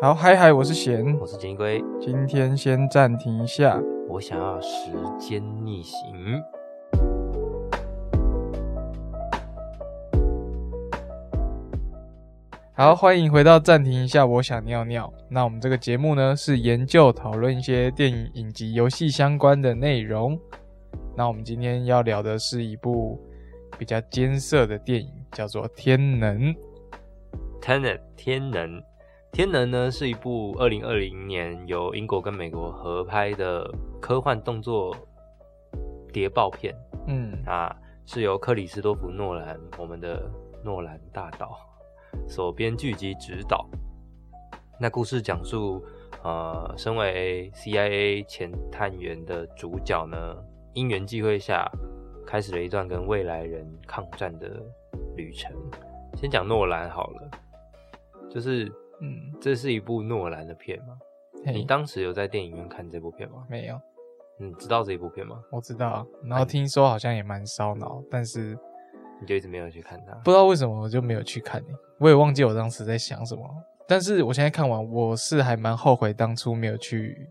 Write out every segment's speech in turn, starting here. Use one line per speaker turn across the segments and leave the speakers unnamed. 好，嗨嗨，我是贤，
我是金龟，
今天先暂停一下。
我想要时间逆行。
好，欢迎回到暂停一下，我想尿尿。那我们这个节目呢，是研究讨论一些电影、影集、游戏相关的内容。那我们今天要聊的是一部比较艰涩的电影，叫做《天能》。
Tenet 天能，天能呢是一部二零二零年由英国跟美国合拍的科幻动作谍报片，
嗯，
啊，是由克里斯多夫诺兰，我们的诺兰大导所编剧及执导。那故事讲述，呃，身为 CIA 前探员的主角呢，因缘际会下，开始了一段跟未来人抗战的旅程。先讲诺兰好了，就是
嗯，
这是一部诺兰的片吗？
嘿
你当时有在电影院看这部片吗？
没有？
你知道这一部片吗？
我知道，啊然后听说好像也蛮烧脑，但是
你就一直没有去看它？
不知道为什么我就没有去看、欸，我也忘记我当时在想什么。但是我现在看完，我是还蛮后悔当初没有去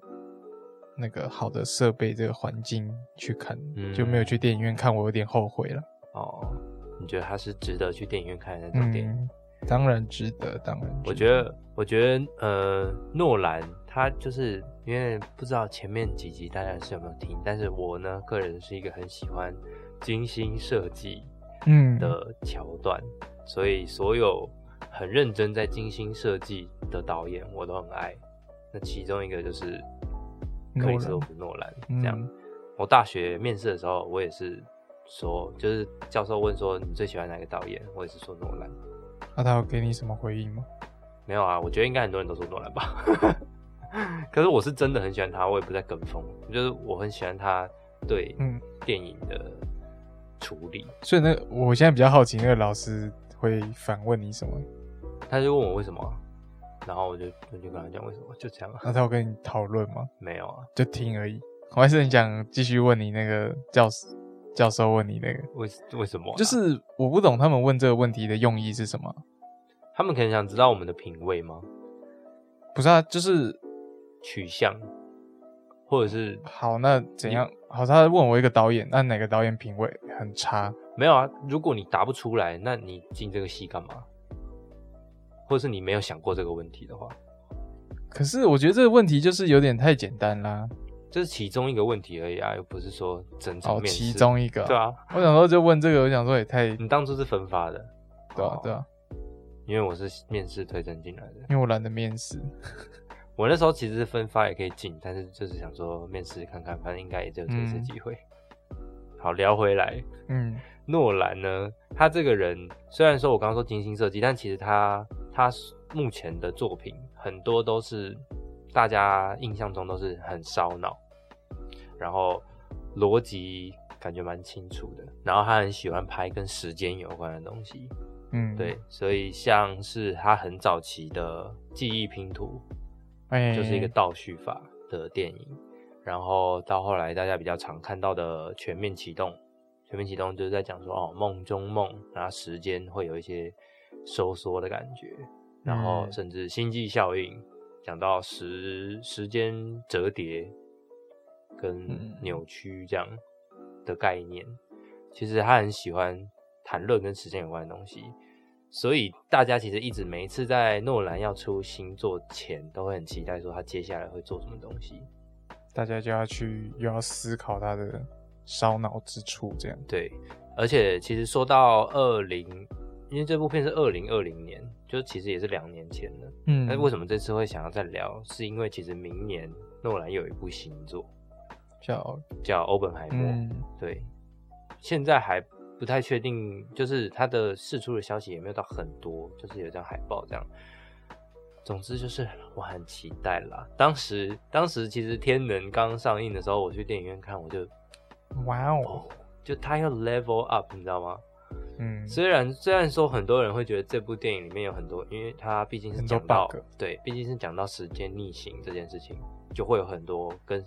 那个好的设备这个环境去看，
嗯
就没有去电影院看，我有点后悔了。
哦，你觉得它是值得去电影院看的那种电影？
嗯，当然值得，当然值得。
我觉得，我觉得，呃，诺兰他就是因为不知道前面几集大家是有没有听，但是我呢，个人是一个很喜欢精心设计
嗯
的桥段，所以所有很认真在精心设计的导演我都很爱。那其中一个就是克里斯多夫诺兰，这样。
嗯
我大学面试的时候，我也是说，就是教授问说你最喜欢哪个导演，我也是说诺兰。
那、他有给你什么回应吗？
没有啊，我觉得应该很多人都说诺兰吧。 可是我是真的很喜欢他，我也不在跟风，就是我很喜欢他对
嗯，
电影的处理。
所以那个我现在比较好奇，那个老师会反问你什么？
他就问我为什么啊，然后我就我就跟他讲为什么，就这样啊，
那他有跟你讨论吗？
没有啊，
就听而已。我还是很想继续问你那个教教授问你那个，
为为什么啊、
就是我不懂他们问这个问题的用意是什么。
他们可能想知道我们的品味吗？
不是啊，就是
取向，或者是
好那怎样？好，他问我一个导演，那哪个导演品味很差？
没有啊？如果你答不出来，那你进这个戏干嘛？或者是你没有想过这个问题的话，
可是我觉得这个问题就是有点太简单啦。
这是其中一个问题而已啊，又不是说整场
哦，
面试。
其中一个，
对，啊，
我想说就问这个，我想说也太
你当初是分发的，
对啊
哦
对啊，
因为我是面试推甄进来的。
因为我懒得面试。
我那时候其实是分发也可以进，但是就是想说面试看看，反正应该也就这一次
嗯
机会。好，聊回来，
嗯
诺兰呢，他这个人虽然说我刚刚说精心设计，但其实他他目前的作品很多都是大家印象中都是很烧脑，然后逻辑感觉蛮清楚的，然后他很喜欢拍跟时间有关的东西，
嗯，
对，，所以像是他很早期的记忆拼图，
哎，
就是一个倒叙法的电影。然后到后来大家比较常看到的《全面启动》，《全面启动》就是在讲说哦梦中梦，然后时间会有一些收缩的感觉，然后
嗯
甚至星际效应，讲到时时间折叠
嗯
跟扭曲这样的概念。其实他很喜欢谈论跟时间有关的东西，所以大家其实一直每一次在诺兰要出新作前，都会很期待说他接下来会做什么东西。
大家就要去又要思考他的烧脑之处，这样。
对，而且其实说到二零，因为这部片是二零二零年，就其实也是两年前了。
嗯
但哎是为
么
什么这次会想要再聊？是因为其实明年诺兰又有一部新作
叫
叫《欧本海默》，
嗯？
对，现在还不太确定，就是它的释出的消息也没有到很多，就是有一张海报这样。总之就是我很期待啦。当时当时其实《天能》刚上映的时候，我去电影院看，我就
哇哦
哦，，就它要 level up，你知道吗？
嗯，
虽然虽然说很多人会觉得这部电影里面有很多，因为它毕竟是
很多
讲到
bug
对，毕竟是讲到时间逆行这件事情，就会有很多跟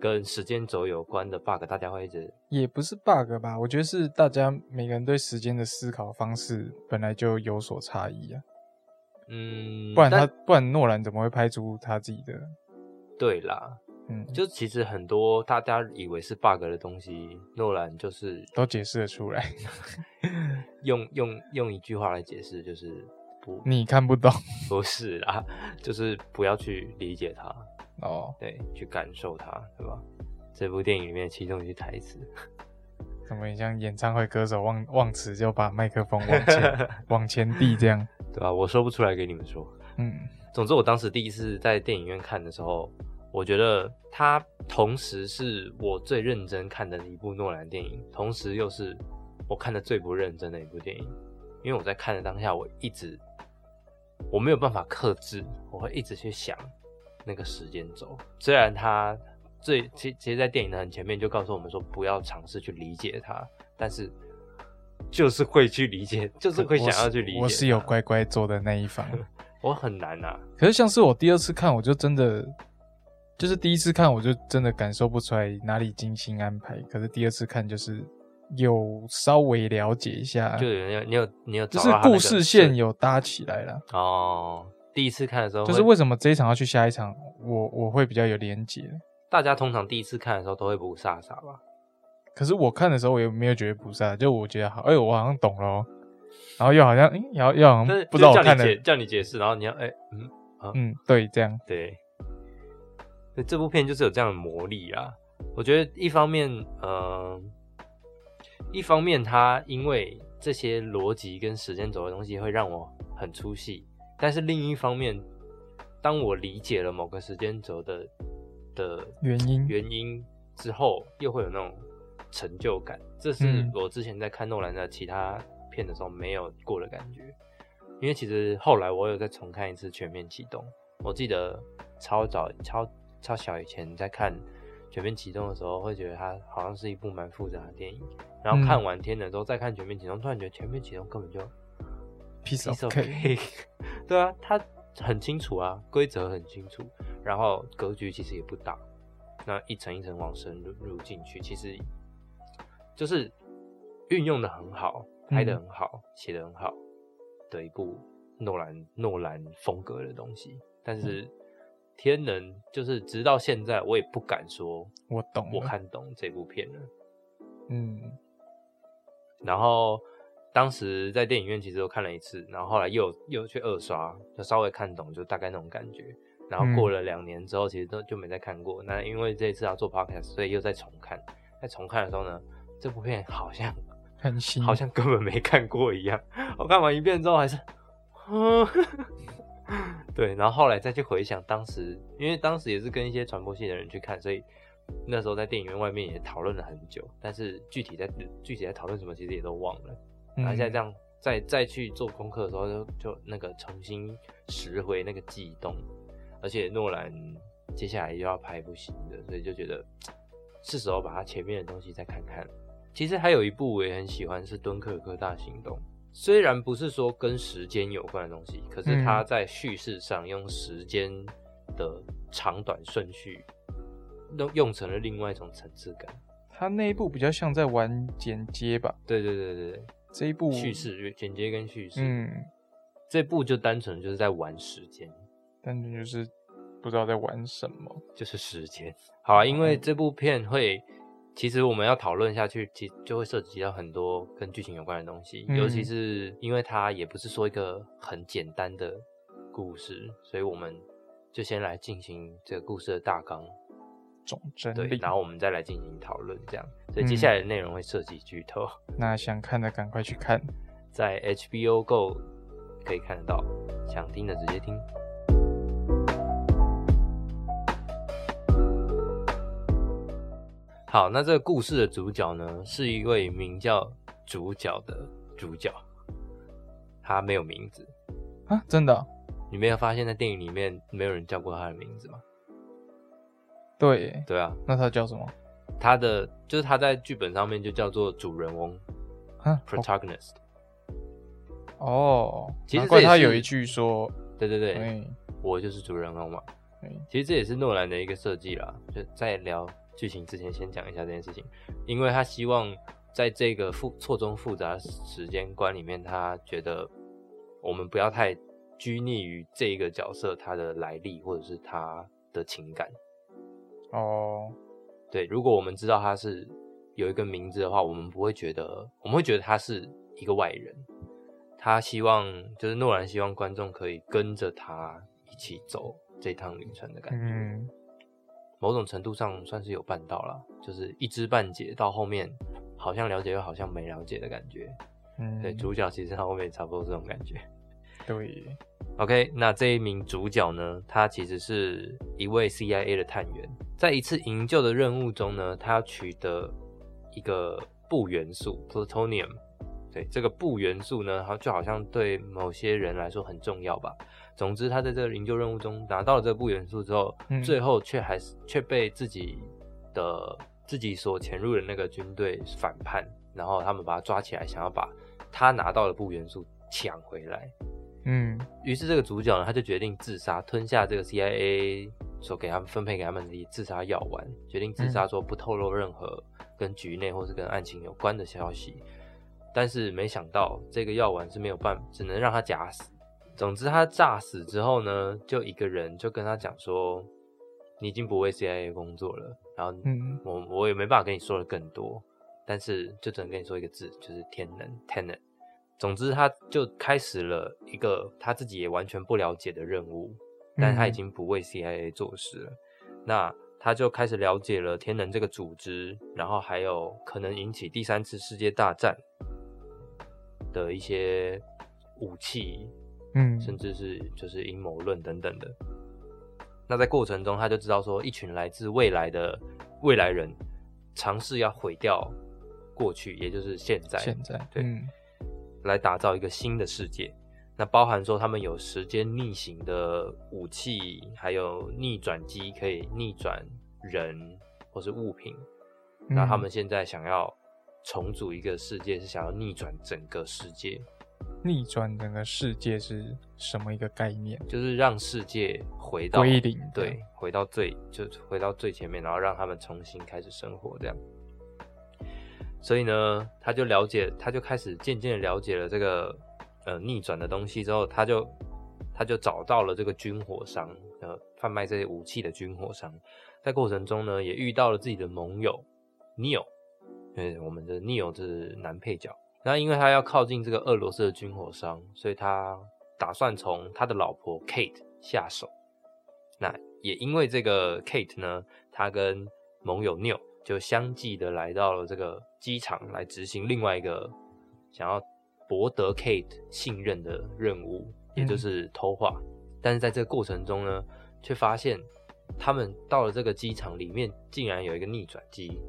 跟时间轴有关的 bug，大家会一直
也不是 bug 吧，我觉得是大家每个人对时间的思考方式本来就有所差异啊。
嗯，
不然
但
他不然诺兰怎么会拍出他自己的？
对啦，
嗯，
就其实很多大家以为是 bug 的东西，诺兰就是
都解释得出来，
用用用一句话来解释，就是不
你看不懂
不是啦， 就是不要去理解它，
哦，
对，去感受它，对吧？这部电影里面其中一句台词，
怎么很像演唱会歌手忘忘词就把麦克风往前 往前递这样？
对吧？我说不出来给你们说。
嗯
总之，我当时第一次在电影院看的时候，我觉得它同时是我最认真看的一部诺兰电影，同时又是我看的最不认真的一部电影。因为我在看的当下，我一直我没有办法克制，我会一直去想那个时间轴。虽然它最其其实，在电影的很前面就告诉我们说不要尝试去理解它，但是就是会去理解，就是会想要去理解
我是有
它
乖乖坐的那一方，
我很难啊，
可是像是我第二次看，我就真的就是第一次看我就真的感受不出来哪里精心安排，可是第二次看就是有稍微了解一下，
就有你有你有你有
就
找
是
到他那
故
个
事线有搭起来了。
哦。第一次看的时候会，
就是为什么这一场要去下一场，我我会比较有连结。
大家通常第一次看的时候都会不飒飒吧？
可是我看的时候，我也没有觉得不飒，就我觉得好，哎、我好像懂了哦，然后又好像，哎、然后又好
但
像
是
不知道
就
我
是叫
看
你
的，
解叫你解释，然后你要哎、嗯
嗯，对，这样，
对，对这部片就是有这样的魔力啊。我觉得一方面，呃，一方面它因为这些逻辑跟时间轴的东西会让我很出戏，但是另一方面，当我理解了某个时间轴的的
原因
原因之后，又会有那种成就感。这是
嗯
我之前在看诺兰的其他片的时候没有过的感觉。因为其实后来我有再重看一次《全面启动》，我记得超早、超超小以前在看《全面启动》的时候，会觉得它好像是一部蛮复杂的电影。然后看完《天能》之后，再看《全面启动》，突然觉得《全面启动》根本就
piece of
piece of
cake，
cake。对 啊，它很清楚啊，规则很清楚，然后格局其实也不大，那一层一层往深入入进去，其实就是运用的很好，拍
嗯
的很好，写的很好的一部诺兰诺兰风格的东西。但是
嗯
天能就是直到现在，我也不敢说
我懂
我
了，
看懂这部片了。
嗯，
然后当时在电影院其实我看了一次，然后后来又又去二刷，就稍微看懂，就大概那种感觉。然后过了两年之后，其实都就没再看过。那因为这一次要做 podcast，所以又再重看。在重看的时候呢，这部片好像
很新，
好像根本没看过一样。 我看完一遍之后还是，嗯， 对，然后后来再去回想当时，因为当时也是跟一些传播系的人去看，所以那时候在电影院外面也讨论了很久，但是具体在具体在讨论什么，其实也都忘了。
嗯
然后现在这样再再去做功课的时候就，就那个重新拾回那个悸动，而且诺兰接下来又要拍一部新的，所以就觉得是时候把他前面的东西再看看。其实还有一部我也很喜欢，是《敦刻尔克大行动》。虽然不是说跟时间有关的东西，可是它在叙事上用时间的长短顺序，用用成了另外一种层次感。
他那一部比较像在玩剪接吧，
对对对对对，
这一部
叙，事剪接跟叙事，
嗯，
这部就单纯就是在玩时间，
但就是不知道在玩什么，
就是时间。好啊，因为这部片会，其实我们要讨论下去，其就会涉及到很多跟剧情有关的东西，
嗯
尤其是因为它也不是说一个很简单的故事，所以我们就先来进行这个故事的大纲，
总整
对
理，，
然后我们再来进行讨论，这样。所以接下来的内容会涉及剧透，
那想看的赶快去看，
在 HBO Go 可以看得到，想听的直接听。好，那这个故事的主角呢，是一位名叫主角的主角，他没有名字。
啊，真的哦、
你没有发现，在电影里面没有人叫过他的名字吗？
对耶，
对啊，
那他叫什么？
他的就是他在剧本上面就叫做主人翁
啊，
（protagonist）。
哦，
其实
难
这
怪
也
他有
是
一句说，
对对对，
哎，
我就是主人翁嘛
对。
其实这也是诺兰的一个设计啦，就在聊剧情之前，先讲一下这件事情，因为他希望在这个复错综复杂的时间观里面，他觉得我们不要太拘泥于这个角色他的来历或者是他的情感。
哦，
对，如果我们知道他是有一个名字的话，我们不会觉得，我们会觉得他是一个外人。他希望就是诺兰希望观众可以跟着他一起走这趟旅程的感觉，
嗯，
某种程度上算是有办到了，就是一知半解到后面好像了解又好像没了解的感觉。
嗯
对，主角其实到后面差不多这种感觉。
对，
OK，那这一名主角呢，他其实是一位 CIA 的探员，在一次营救的任务中呢，他取得一个钚元素 plutonium。对，这个钚元素呢，好就好像对某些人来说很重要吧。总之，他在这个营救任务中拿到了这个钚元素之后，
嗯
最后却还是却被自己的自己所潜入的那个军队反叛，然后他们把他抓起来，想要把他拿到的钚元素抢回来。
嗯
于是这个主角呢，他就决定自杀，吞下这个 CIA 所给他们分配给他们的自杀药丸，决定自杀，说不透露任何跟局内或是跟案情有关的消息。但是没想到这个药丸是没有办，只能让他假死。总之，他炸死之后呢，就一个人就跟他讲说：“你已经不为 CIA 工作了，然后
嗯，
我我也没办法跟你说的更多，但是就只能跟你说一个字，就是天能 tenant。总之，他就开始了一个他自己也完全不了解的任务，但他已经不为 CIA 做事了。那他就开始了解了天能这个组织，然后还有可能引起第三次世界大战的一些武器
嗯
甚至是就是阴谋论等等的。那在过程中，他就知道说，一群来自未来的未来人尝试要毁掉过去，也就是现在，
现在
对
嗯
来打造一个新的世界。那包含说，他们有时间逆行的武器，还有逆转机可以逆转人或是物品。那他
嗯
们现在想要重组一个世界，是想要逆转整个世界。
逆转整个世界是什么一个概念？
就是让世界回到
归零
对，回到最就回到最前面，然后让他们重新开始生活这样。所以呢，他就了解，他就开始渐渐地了解了这个呃逆转的东西之后，他就他就找到了这个军火商，呃，贩卖这些武器的军火商。在过程中呢，也遇到了自己的盟友 Neo，对，我们的 Neo 是男配角。那因为他要靠近这个俄罗斯的军火商，所以他打算从他的老婆 Kate 下手。那也因为这个 Kate 呢，他跟盟友 Neo 就相继的来到了这个机场来执行另外一个想要博得 Kate 信任的任务，也就是偷画。但是在这个过程中呢，却发现他们到了这个机场里面，竟然有一个逆转机，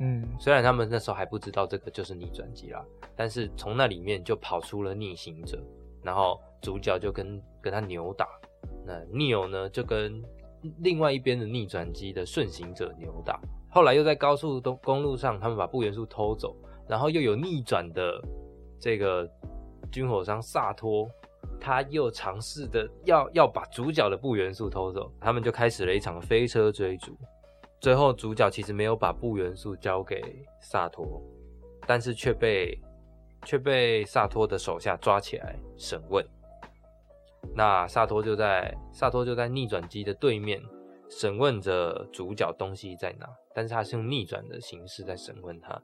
嗯
虽然他们那时候还不知道这个就是逆转机啦，但是从那里面就跑出了逆行者，然后主角就跟跟他扭打，那 Neo 呢就跟另外一边的逆转机的顺行者扭打，后来又在高速东公路上，他们把不元素偷走，然后又有逆转的这个军火商萨托。他又尝试的要要把主角的不元素偷走，他们就开始了一场飞车追逐。最后主角其实没有把不元素交给萨托，但是却被却被萨托的手下抓起来审问。那萨托就在萨托就在逆转机的对面审问着主角东西在哪，但是他是用逆转的形式在审问他，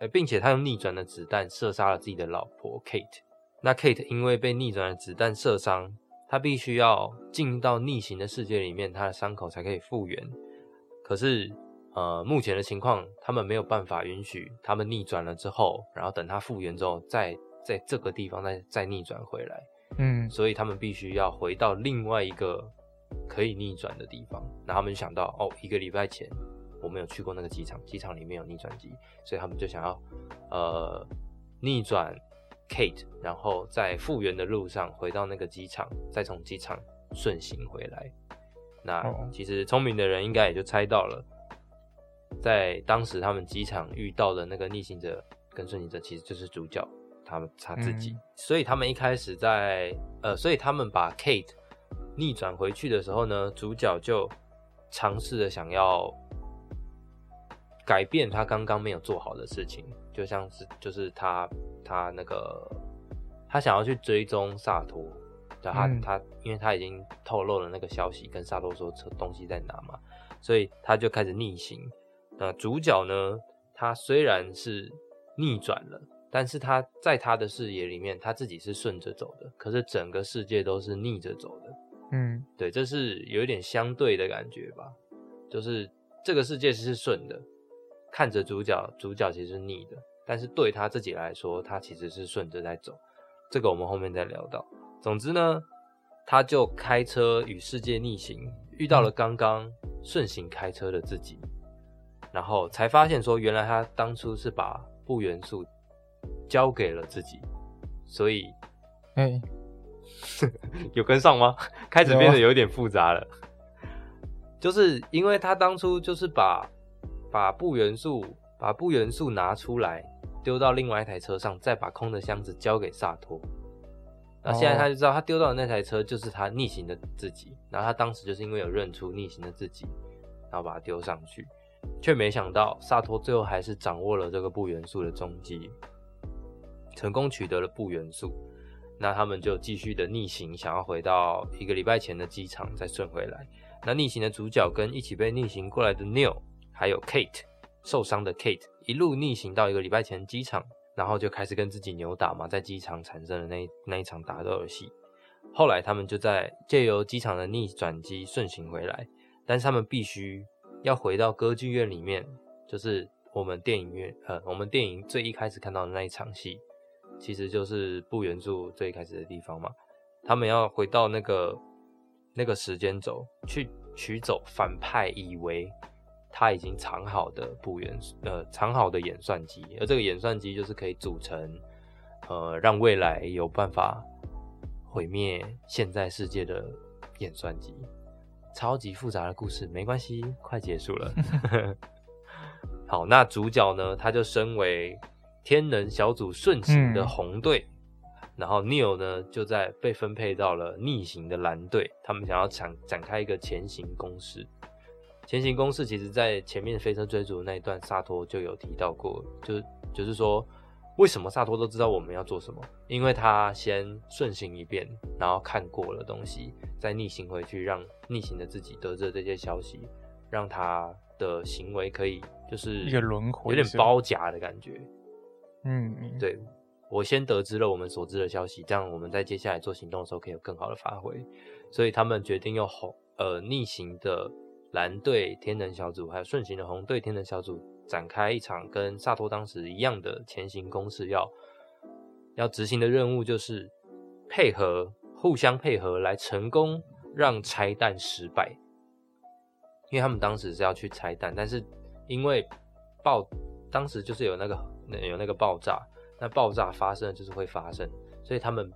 呃，并且他用逆转的子弹射杀了自己的老婆 Kate。那 Kate 因为被逆转的子弹射伤，她必须要进到逆行的世界里面，她的伤口才可以复原。可是，呃，目前的情况，他们没有办法允许他们逆转了之后，然后等它复原之后，再在这个地方再再逆转回来，
嗯
所以他们必须要回到另外一个可以逆转的地方。然后他们就想到，哦，一个礼拜前我们有去过那个机场，机场里面有逆转机，所以他们就想要，呃，逆转 Kate，然后在复原的路上回到那个机场，再从机场顺行回来。那
哦
其实聪明的人应该也就猜到了，在当时他们机场遇到的那个逆行者跟顺行者，其实就是主角他们他自己。
嗯
所以他们一开始在呃，所以他们把 Kate 逆转回去的时候呢，主角就尝试着想要改变他刚刚没有做好的事情，就像是就是他他那个他想要去追踪萨托，对他、
嗯
他，因为他已经透露了那个消息，跟萨洛说这东西在哪嘛，所以他就开始逆行。那主角呢，他虽然是逆转了，但是他在他的视野里面，他自己是顺着走的，可是整个世界都是逆着走的。
嗯
对，这是有一点相对的感觉吧，就是这个世界是顺的，看着主角，主角其实是逆的，但是对他自己来说，他其实是顺着在走，这个我们后面再聊到。总之呢，他就开车与世界逆行，遇到了刚刚顺行开车的自己，然后才发现说，原来他当初是把不元素交给了自己，所以
哎、
有跟上吗？开始变得
有
有点复杂了，就是因为他当初就是把把不元素把不元素拿出来丢到另外一台车上，再把空的箱子交给萨托。那现在他就知道，他丢到的那台车就是他逆行的自己。然后他当时就是因为有认出逆行的自己，然后把它丢上去，却没想到萨托最后还是掌握了这个不元素的踪迹，成功取得了不元素。那他们就继续的逆行，想要回到一个礼拜前的机场再顺回来。那逆行的主角跟一起被逆行过来的 Neil，还有 Kate 受伤的 Kate，一路逆行到一个礼拜前机场，然后就开始跟自己扭打嘛，在机场产生了那一那一场打斗游戏。后来他们就在借由机场的逆转机顺行回来，但是他们必须要回到歌剧院里面，就是我们电影院，呃，我们电影最一开始看到的那一场戏，其实就是不原著最一开始的地方嘛。他们要回到那个那个时间轴，去取走反派以为他已经藏好的不原呃藏好的演算机，而这个演算机就是可以组成呃让未来有办法毁灭现在世界的演算机。超级复杂的故事，没关系，快结束了。 好，那主角呢？他就身为天能小组顺行的
嗯
红队，然后 Neil 呢就在被分配到了逆行的蓝队，他们想要展展开一个前行攻势。前行攻势其实在前面飞车追逐的那一段，萨托就有提到过，就是就是说，为什么萨托都知道我们要做什么？因为他先顺行一遍，然后看过了东西，再逆行回去，让逆行的自己得知了这些消息，让他的行为可以就是
一个轮回
有点
是吧
包夹的感觉。
嗯嗯，
对我先得知了我们所知的消息，这样我们在接下来做行动的时候可以有更好的发挥。所以他们决定用红呃逆行的蓝队天能小组，还有顺行的红队天能小组展开一场跟萨托当时一样的前行攻势，要要执行的任务就是配合互相配合来成功让拆弹失败。因为他们当时是要去拆弹，但是因为爆，当时就是有那个有那个爆炸，那爆炸发生了就是会发生，所以他们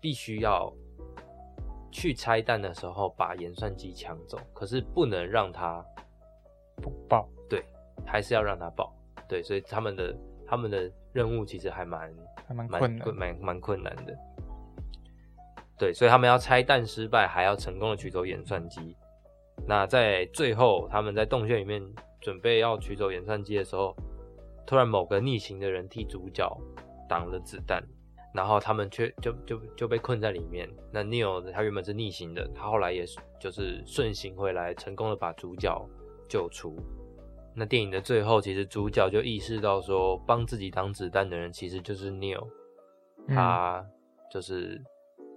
必须要去拆弹的时候把演算机抢走，可是不能让它
不爆，
还是要让它爆。对，所以他们的他们的任务其实还蛮
还蛮
蛮
困难。
蛮蛮困难的。对，所以他们要拆弹失败，还要成功的取走演算机。那在最后，他们在洞穴里面准备要取走演算机的时候，突然某个逆行的人替主角挡了子弹，然后他们却就就就被困在里面。那 Neil 他原本是逆行的，他后来也是就是顺行回来，成功的把主角救出。那电影的最后，其实主角就意识到说，帮自己挡子弹的人其实就是 Neil，
嗯
他就是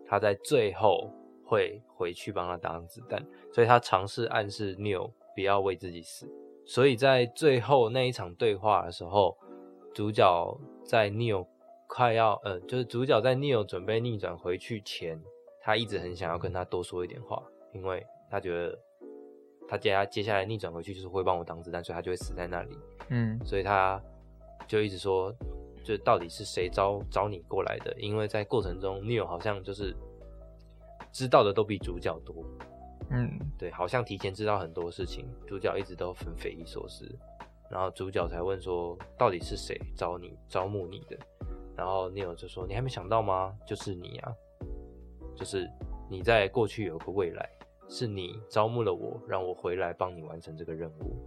他在最后会回去帮他挡子弹，所以他尝试暗示 Neil 不要为自己死。所以在最后那一场对话的时候，主角在 Neil 快要呃，就是主角在 Neil 准备逆转回去前，他一直很想要跟他多说一点话，因为他觉得他接他接下来逆转回去就是会帮我挡子弹，所以他就会死在那里。
嗯
所以他就一直说，就到底是谁招招你过来的？因为在过程中，Neil 好像就是知道的都比主角多，
嗯
对，好像提前知道很多事情，主角一直都很匪夷所思。然后主角才问说，到底是谁招你招募你的？然后 Neil 就说，你还没想到吗？就是你啊，就是你在过去有个未来，是你招募了我，让我回来帮你完成这个任务。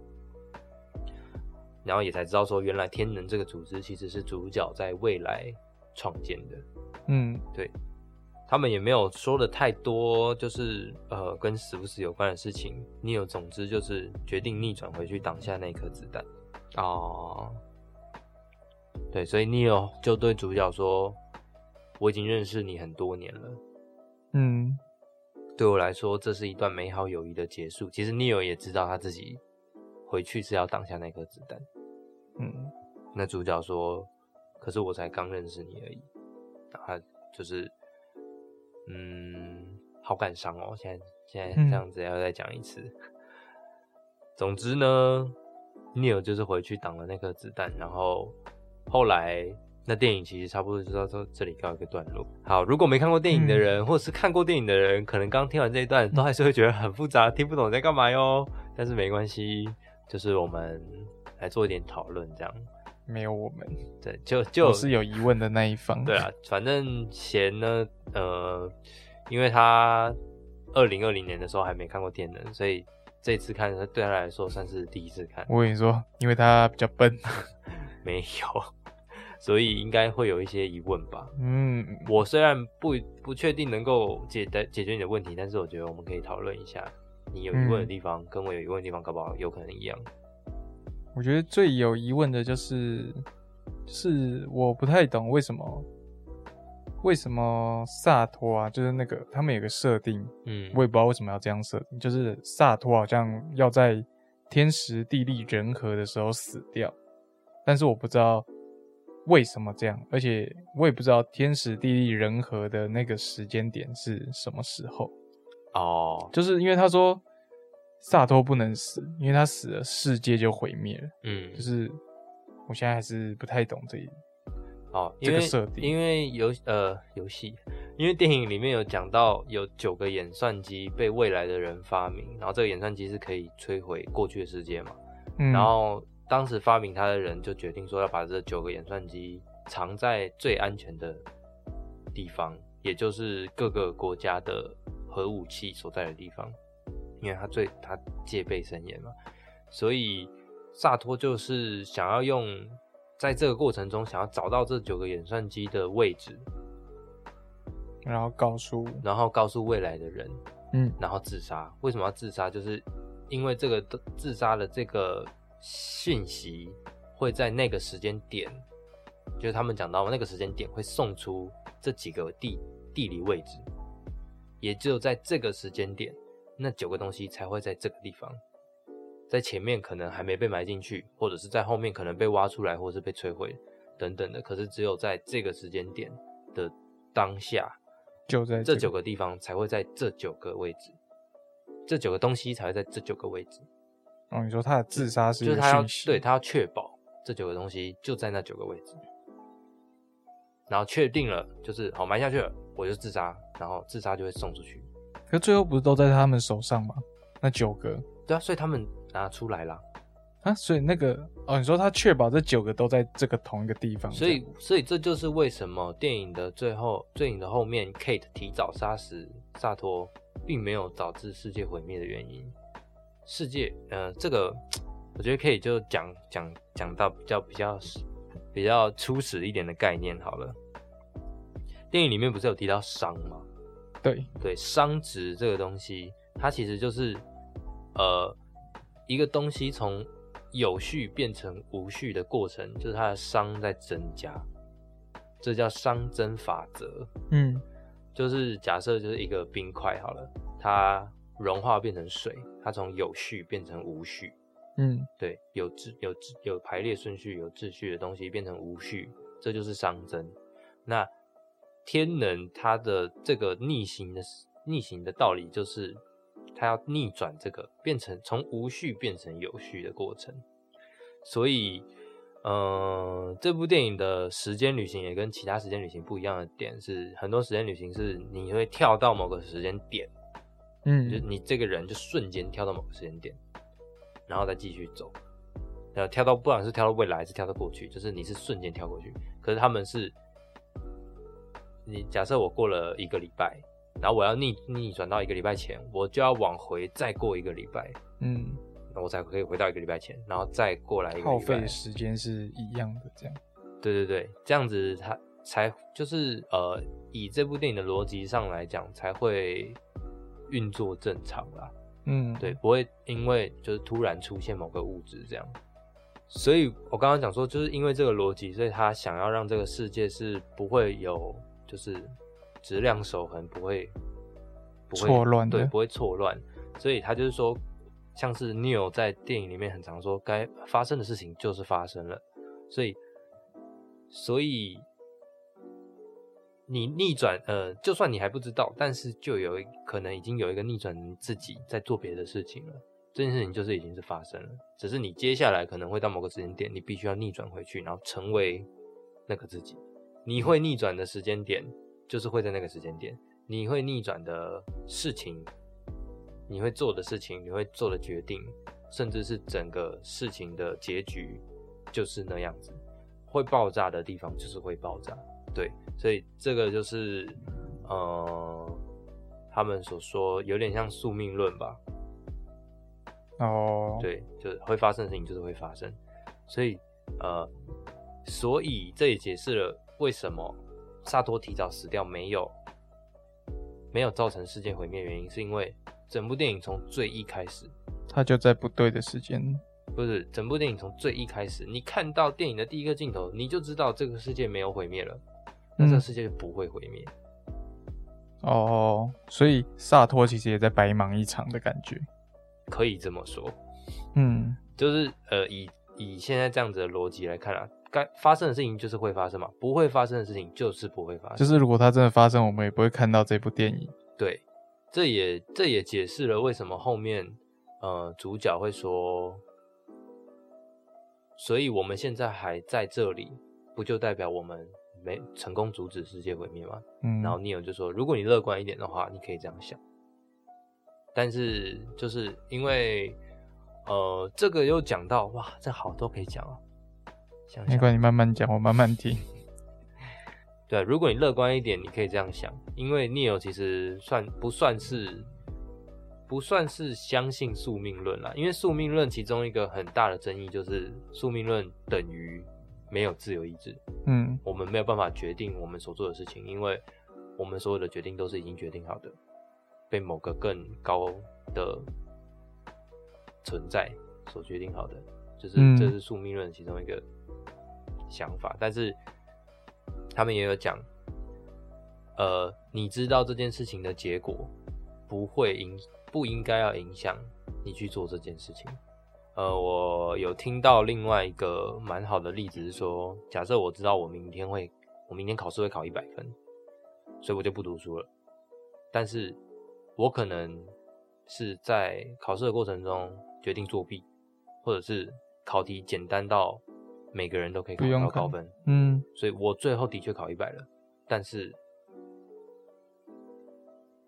然后也才知道说，原来天能这个组织其实是主角在未来创建的。
嗯，
他们也没有说的太多，就是呃跟死不死有关的事情。你有，总之就是决定逆转回去挡下那颗子弹。哦，对，所以 Neo 就对主角说：“我已经认识你很多年了，
嗯，
对我来说，这是一段美好友谊的结束。”其实 Neo 也知道他自己回去是要挡下那颗子弹。
嗯，
那主角说：“可是我才刚认识你而已。”然后他就是，嗯，好感伤哦。现在现在
嗯
这样子要再讲一次。总之呢，Neil 就是回去挡了那颗子弹，然后后来那电影其实差不多就到这这里告一个段落。好，如果没看过电影的人，或者是看过电影的人，可能刚听完这一段都还是会觉得很复杂，听不懂在干嘛哟。但是没关系，就是我们来做一点讨论，这样
没有我们，
对，就就
我是有疑问的那一方。
对啊，反正贤呢，呃，因为他二零二零年的时候还没看过电能，所以这次看对他来说算是第一次看，
我跟你说，因为他比较笨，
没有，所以应该会有一些疑问吧。
嗯，
我虽然不不确定能够解答解决你的问题，但是我觉得我们可以讨论一下，你有疑问
嗯
的地方、跟我有疑问的地方，搞不好有可能一样。
我觉得最有疑问的就是，就是我不太懂为什么，为什么萨托啊，就是那个他们有个设定，
嗯，
我也不知道为什么要这样设定，就是萨托好像要在天时地利人和的时候死掉，但是我不知道为什么这样，而且我也不知道天时地利人和的那个时间点是什么时候，
哦，
就是因为他说萨托不能死，因为他死了世界就毁灭了。
嗯，
就是我现在还是不太懂这一，
哦，
这
因
个
为
设定
因为游呃游戏，因为电影里面有讲到有九个演算机被未来的人发明，然后这个演算机是可以摧毁过去的世界嘛，
嗯，
然后当时发明它的人就决定说要把这九个演算机藏在最安全的地方，也就是各个国家的核武器所在的地方，因为它最它戒备森严嘛，所以萨托就是想要用在这个过程中想要找到这九个演算机的位置，
然后告诉
然后告诉未来的人，
嗯，
然后自杀。为什么要自杀？就是因为这个自杀的这个讯息会在那个时间点，就是他们讲到那个时间点会送出这几个地地理位置，也只有在这个时间点，那九个东西才会在这个地方。在前面可能还没被埋进去，或者是在后面可能被挖出来，或是被摧毁等等的。可是只有在这个时间点的当下，
就在
这
个
九个地方才会在这九个位置，这九个东西才会在这九个位置，
哦，你说他的自杀是
就
一
是
个
他要
讯息，
对他要确保这九个东西就在那九个位置，然后确定了就是好埋下去了，我就自杀，然后自杀就会送出去，
可最后不是都在他们手上吗？那九个
对啊，所以他们拿出来啦，
啊，所以那个哦，你说他确保这九个都在这个同一个地方，
所以所以这就是为什么电影的最后电影的后面 Kate 提早杀死萨托，并没有导致世界毁灭的原因。世界，呃，这个我觉得可以就讲讲讲到比较比较比较初始一点的概念好了。电影里面不是有提到伤吗？
这样对，
对，熵值这个东西，它其实就是呃一个东西从有序变成无序的过程，就是它的熵在增加，这叫熵增法则。
嗯
就是假设就是一个冰块好了，它融化变成水，它从有序变成无序，
嗯
对，有秩有秩有排列顺序、有秩序的东西变成无序，这就是熵增。那天能它的这个逆行的逆行的道理就是，它要逆转这个变成从无序变成有序的过程。所以，呃，这部电影的时间旅行也跟其他时间旅行不一样的点是，很多时间旅行是你会跳到某个时间点，就是
嗯，
你这个人就瞬间跳到某个时间点，然后再继续走，然后跳到不管是跳到未来还是跳到过去，就是你是瞬间跳过去。可是他们是，你假设我过了一个礼拜，然后我要逆逆转到一个礼拜前，我就要往回再过一个礼拜，
嗯，
那我才可以回到一个礼拜前，然后再过来一个
耗
礼
费
拜
的。时间是一样的，这样，
对对对，这样子它才就是呃，以这部电影的逻辑上来讲，才会运作正常啦。
嗯，
对，不会因为就是突然出现某个物质这样。所以我刚刚讲说，就是因为这个逻辑，所以他想要让这个世界是不会有就是质量守恒，不会不会
错乱
对，
的
不会错乱。所以他就是说，像是 Neo 在电影里面很常说，该发生的事情就是发生了，所以所以你逆转，呃，就算你还不知道，但是就有一可能已经有一个逆转你自己在做别的事情了。这件事情就是已经是发生了，只是你接下来可能会到某个时间点，你必须要逆转回去，然后成为那个自己。你
嗯
会逆转的时间点，就是会在那个时间点。你会逆转的事情，你会做的事情，你会做的决定，甚至是整个事情的结局，就是那样子。会爆炸的地方就是会爆炸，对，所以这个就是，呃，他们所说有点像宿命论吧，
哦，
对，就是会发生的事情就是会发生，所以呃，所以这也解释了为什么萨托提早死掉没有没有造成世界毁灭，原因是因为整部电影从最一开始，
他就在不对的时间，
不是整部电影从最一开始，你看到电影的第一个镜头，你就知道这个世界没有毁灭了，那这个
嗯
世界就不会毁灭。
哦，所以萨托其实也在白忙一场的感觉，
可以这么说，
嗯，
就是呃，以以现在这样子的逻辑来看啊，该发生的事情就是会发生嘛，不会发生的事情就是不会发生。
就是如果它真的发生，我们也不会看到这部电影，
对，这也这也解释了为什么后面呃主角会说，所以我们现在还在这里，不就代表我们没成功阻止世界毁灭吗？
嗯，
然后 Neil 就说，如果你乐观一点的话，你可以这样想。但是就是因为呃，这个又讲到哇，这好多可以讲哦。想
没
想
关系，慢慢讲，我慢慢听，
对，啊如果你乐观一点，你可以这样想，因为 Neo 其实算不算是不算是相信宿命论啦？因为宿命论其中一个很大的争议就是宿命论等于没有自由意志，
嗯
我们没有办法决定我们所做的事情，因为我们所有的决定都是已经决定好的，被某个更高的存在所决定好的，就是、
嗯
这是宿命论其中一个想法。但是他们也有讲，呃，你知道这件事情的结果不会影，不应该要影响你去做这件事情。呃，我有听到另外一个蛮好的例子是说，假设我知道我明天会，我明天考试会考一百分，所以我就不读书了。但是我可能是在考试的过程中决定作弊，或者是考题简单到每个人都可以考
不用
到
看
高分，
嗯，
所以我最后的确考一百了，但是，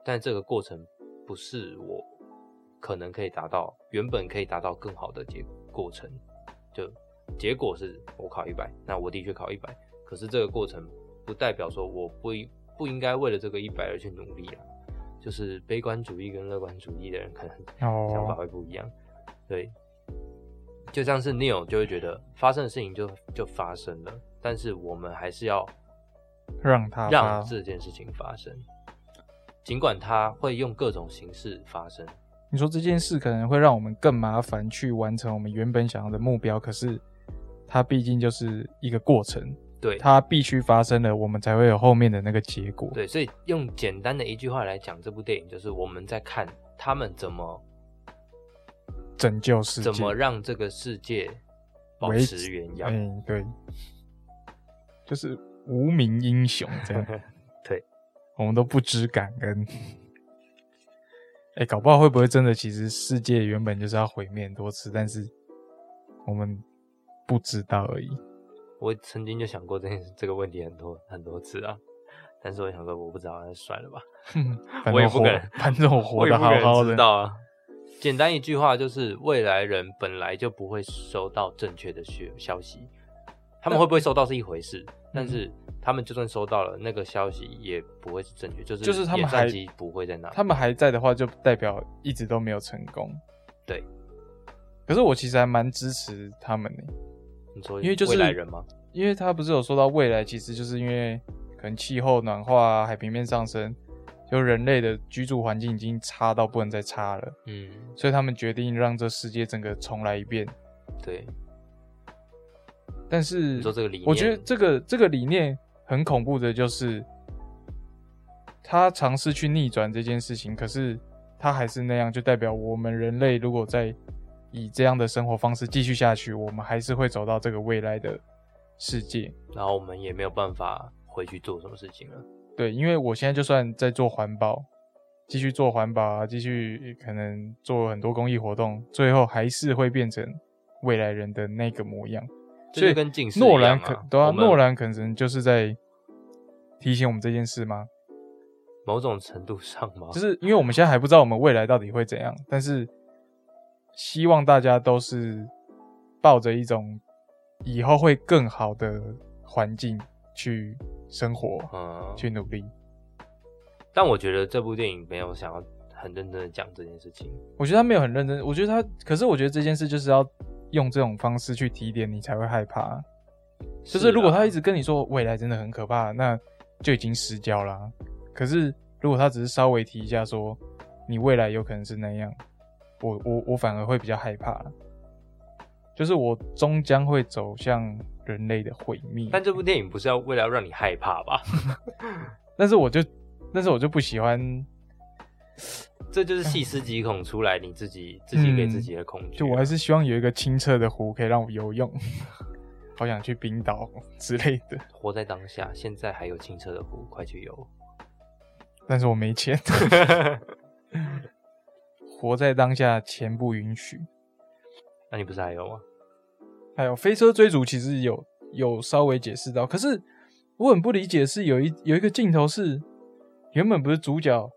但这个过程不是我可能可以达到原本可以达到更好的结过程，就结果是我考一百，那我的确考一百，可是这个过程不代表说我不应不应该为了这个一百而去努力啊，就是悲观主义跟乐观主义的人可能想法
哦，
会不一样。对，就像是 Neil 就会觉得发生的事情就就发生了，但是我们还是要
让他
让
发
这件事情发生，尽管它会用各种形式发生。
你说这件事可能会让我们更麻烦去完成我们原本想要的目标，可是它毕竟就是一个过程，
对，
它必须发生了，我们才会有后面的那个结果。
对，所以用简单的一句话来讲，这部电影就是我们在看他们怎么
拯救世界
怎么让这个世界保
维
持
持
原样。。
嗯，对，就是无名英雄这样
对，
我们都不知感恩。哎、搞不好会不会真的，其实世界原本就是要毁灭很多次，但是我们不知道而已。
我曾经就想过这件这个问题很多很多次啊，但是我想说我不知道，那算了吧。
反
我也
正
不
活
敢
反正我活
我也
得
不可
好
能
好
知
的。
道啊。简单一句话就是，未来人本来就不会收到正确的讯消息，他们会不会收到是一回
嗯
事，但是他们就算收到了，那个消息也不会是正确，就是
嗯就是他们
演算
还
机不会在那里。
他们还在的话，就代表一直都没有成功。
对。
可是我其实还蛮支持他们的、
你说
因为就是
未来人吗？
因为他不是有说到未来，其实就是因为可能气候暖化、啊、海平面上升，就人类的居住环境已经差到不能再差了，
嗯，
所以他们决定让这世界整个重来一遍。
对，
但是
你说这个理念，
我觉得这个这个理念很恐怖的，就是他尝试去逆转这件事情，可是他还是那样，就代表我们人类如果再以这样的生活方式继续下去，我们还是会走到这个未来的世界。
然后我们也没有办法回去做什么事情了。
对，因为我现在就算在做环保，继续做环保啊，继续可能做很多公益活动，最后还是会变成未来人的那个模样。
这
所以
就跟近视
诺
一样
兰
啊
可对啊，
我们
诺兰可能就是在提醒我们这件事吗？
某种程度上嘛，
就是因为我们现在还不知道我们未来到底会怎样，但是希望大家都是抱着一种以后会更好的环境去生活、
嗯，
去努力。
但我觉得这部电影没有想要很认真的讲这件事情。
我觉得他没有很认真，我觉得他，可是我觉得这件事就是要用这种方式去提点你才会害怕。啊就是如果他一
直
直跟你说未来真的很可怕，那就已经失焦啦、可是如果他只是稍微提一下说你未来有可能是那样，我我我反而会比较害怕，就是我终将会走向人类的毁灭。
但这部电影不是要为了要让你害怕吧？
但是我就，但是我就不喜欢，
这就是细思极恐出来你自己自己给自己的恐惧啊、
嗯就我还是希望有一个清澈的湖可以让我游泳， 好想去冰岛 之类的，
活在当下，现在还有清澈的湖，快去游。
但是我没 钱，活在当下，钱不允许。
啊那你不是还有吗？
还有哎飞车追逐，其实有有稍微解释到，可是我很不理解，是有一有一个镜头是原本不是主角，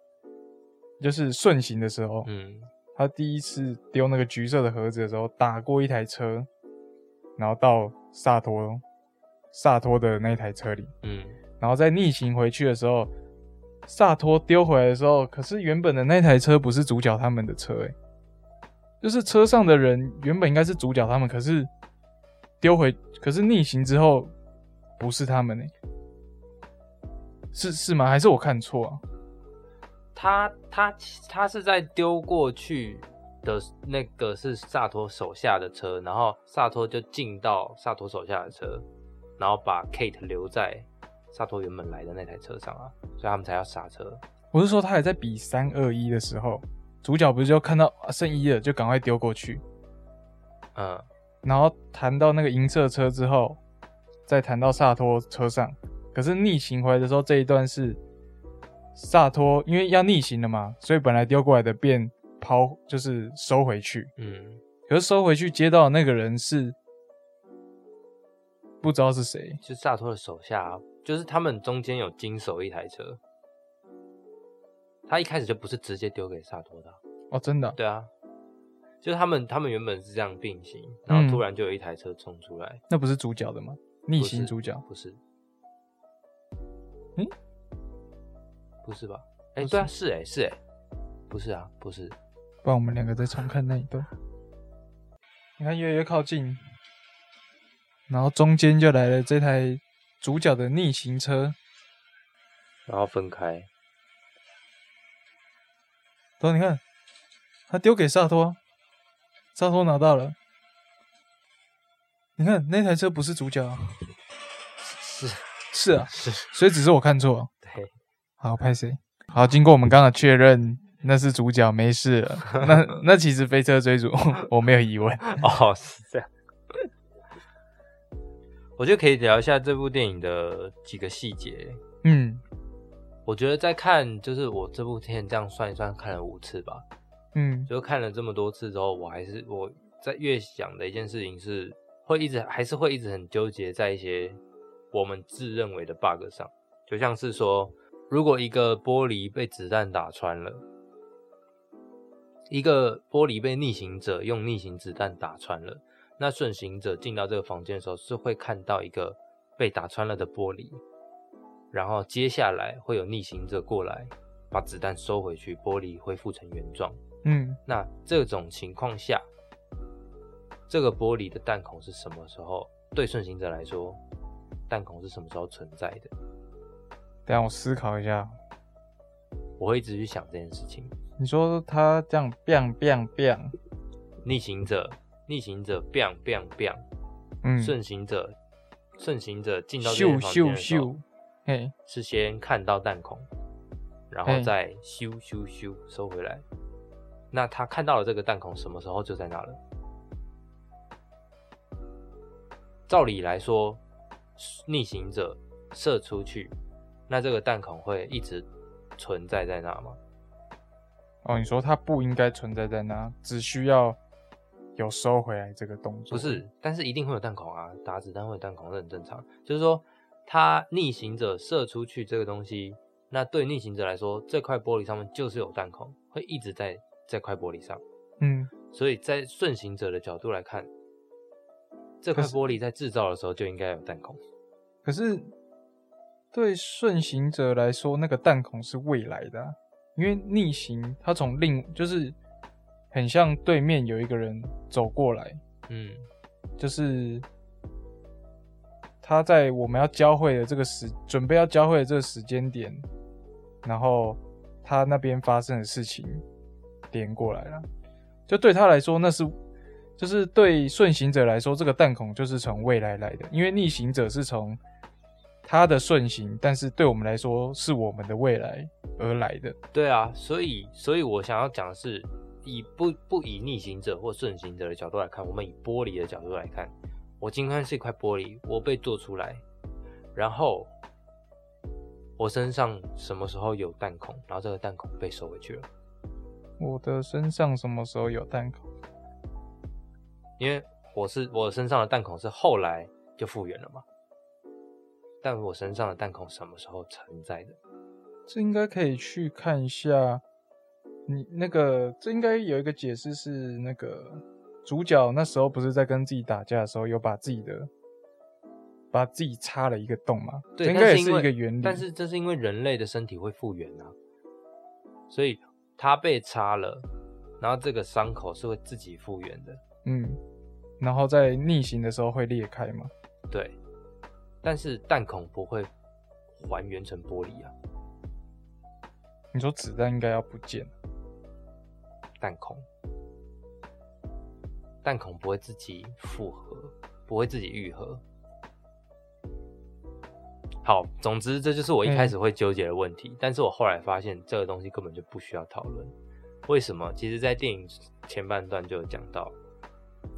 就是顺行的时候，
嗯，
他第一次丢那个橘色的盒子的时候，打过一台车，然后到萨托萨托的那台车里，
嗯，
然后在逆行回去的时候，萨托丢回来的时候，可是原本的那台车不是主角他们的车、欸，就是车上的人原本应该是主角他们，可是丢回，可是逆行之后不是他们、欸，是是吗？还是我看错啊？
他他他是在丢过去的那个是萨托手下的车，然后萨托就进到萨托手下的车，然后把 Kate 留在萨托原本来的那台车上啊，所以他们才要刹车。
我是说他还在比三二一的时候，主角不是就看到、啊、剩一了，就赶快丢过去，
嗯，
然后弹到那个银色车之后，再弹到萨托车上。可是逆行回来的时候，这一段是萨托，因为要逆行了嘛，所以本来丢过来的变抛，就是收回去。
嗯，
可是收回去接到的那个人是不知道是谁，
就萨托的手下啊、就是他们中间有经手一台车，他一开始就不是直接丢给萨托的啊、
哦，真的啊、
对啊，就是他们他们原本是这样并行，然
嗯
后突然就有一台车冲出来，
那不是主角的吗？逆行主角
不是？
嗯，
不是吧？哎、
不是
对啊，是哎、是哎、不是啊，不是，
不然我们两个再重看那一段。你看，越来越靠近，然后中间就来了这台主角的逆行车。
然后分开，
等你看，他丢给萨托，萨托拿到了。你看那台车不是主角啊，
是
是啊，
是，
所以只是我看错。
对，
好，拍谁？好，经过我们刚刚的确认，那是主角，没事了。 那那其实飞车追逐，我没有疑问。
哦，是这样。我觉得可以聊一下这部电影的几个细节。
嗯
我觉得在看，就是我这部片这样算一算，看了五次吧。
嗯
就看了这么多次之后，我还是我在越想的一件事情是，会一直还是会一直很纠结在一些我们自认为的 bug 上，就像是说，如果一个玻璃被子弹打穿了，一个玻璃被逆行者用逆行子弹打穿了，那顺行者进到这个房间的时候是会看到一个被打穿了的玻璃，然后接下来会有逆行者过来把子弹收回去，玻璃恢复成原状。
嗯，
那这种情况下，这个玻璃的弹孔是什么时候对顺行者来说弹孔是什么时候存在的，
等一下我思考一下。
我会一直去想这件事情。
你说他这样 biang biang biang，
逆行者，逆行者，biang biang biang，
嗯，
顺行者，顺行者进到这
咻
个房间
咻
的时候
咻，嘿，
是先看到弹孔，然后
嘿
再咻咻咻收回来。那他看到了这个弹孔，什么时候就在那了？照理来说，逆行者射出去，那这个弹孔会一直存在在那吗？
哦，你说它不应该存在在那，只需要有收回来这个动作。
不是，但是一定会有弹孔啊，打子弹会有弹孔，这很正常。就是说，它逆行者射出去这个东西，那对逆行者来说，这块玻璃上面就是有弹孔，会一直在这块玻璃上。
嗯，
所以在顺行者的角度来看，这块玻璃在制造的时候就应该有弹孔。
可是对顺行者来说，那个弹孔是未来的啊、因为逆行它从另就是很像对面有一个人走过来，
嗯，
就是他在我们要交汇的这个时，准备要交汇的这个时间点，然后他那边发生的事情连过来了，就对他来说那是，就是对顺行者来说，这个弹孔就是从未来来的，因为逆行者是从他的顺行，但是对我们来说是我们的未来而来的，
对啊，所以所以我想要讲的是，以不不以逆行者或顺行者的角度来看，我们以玻璃的角度来看，我今天是一块玻璃，我被做出来，然后我身上什么时候有弹孔，然后这个弹孔被收回去了，
我的身上什么时候有弹孔？
因为我是我身上的弹孔是后来就复原了嘛，但我身上的弹孔什么时候存在的？
这应该可以去看一下。你那个，这应该有一个解释是，那个主角那时候不是在跟自己打架的时候，有把自己的把自己插了一个洞嘛？
对，
这应
但
该也
是因
一
为
个原理。
但是这是因为人类的身体会复原啊，所以它被插了，然后这个伤口是会自己复原的，
嗯，然后在逆行的时候会裂开嘛？
对。但是弹孔不会还原成玻璃啊，
你说子弹应该要不见，
弹孔，弹孔不会自己复合，不会自己愈合。好，总之这就是我一开始会纠结的问题，但是我后来发现这个东西根本就不需要讨论。为什么？其实，在电影前半段就有讲到，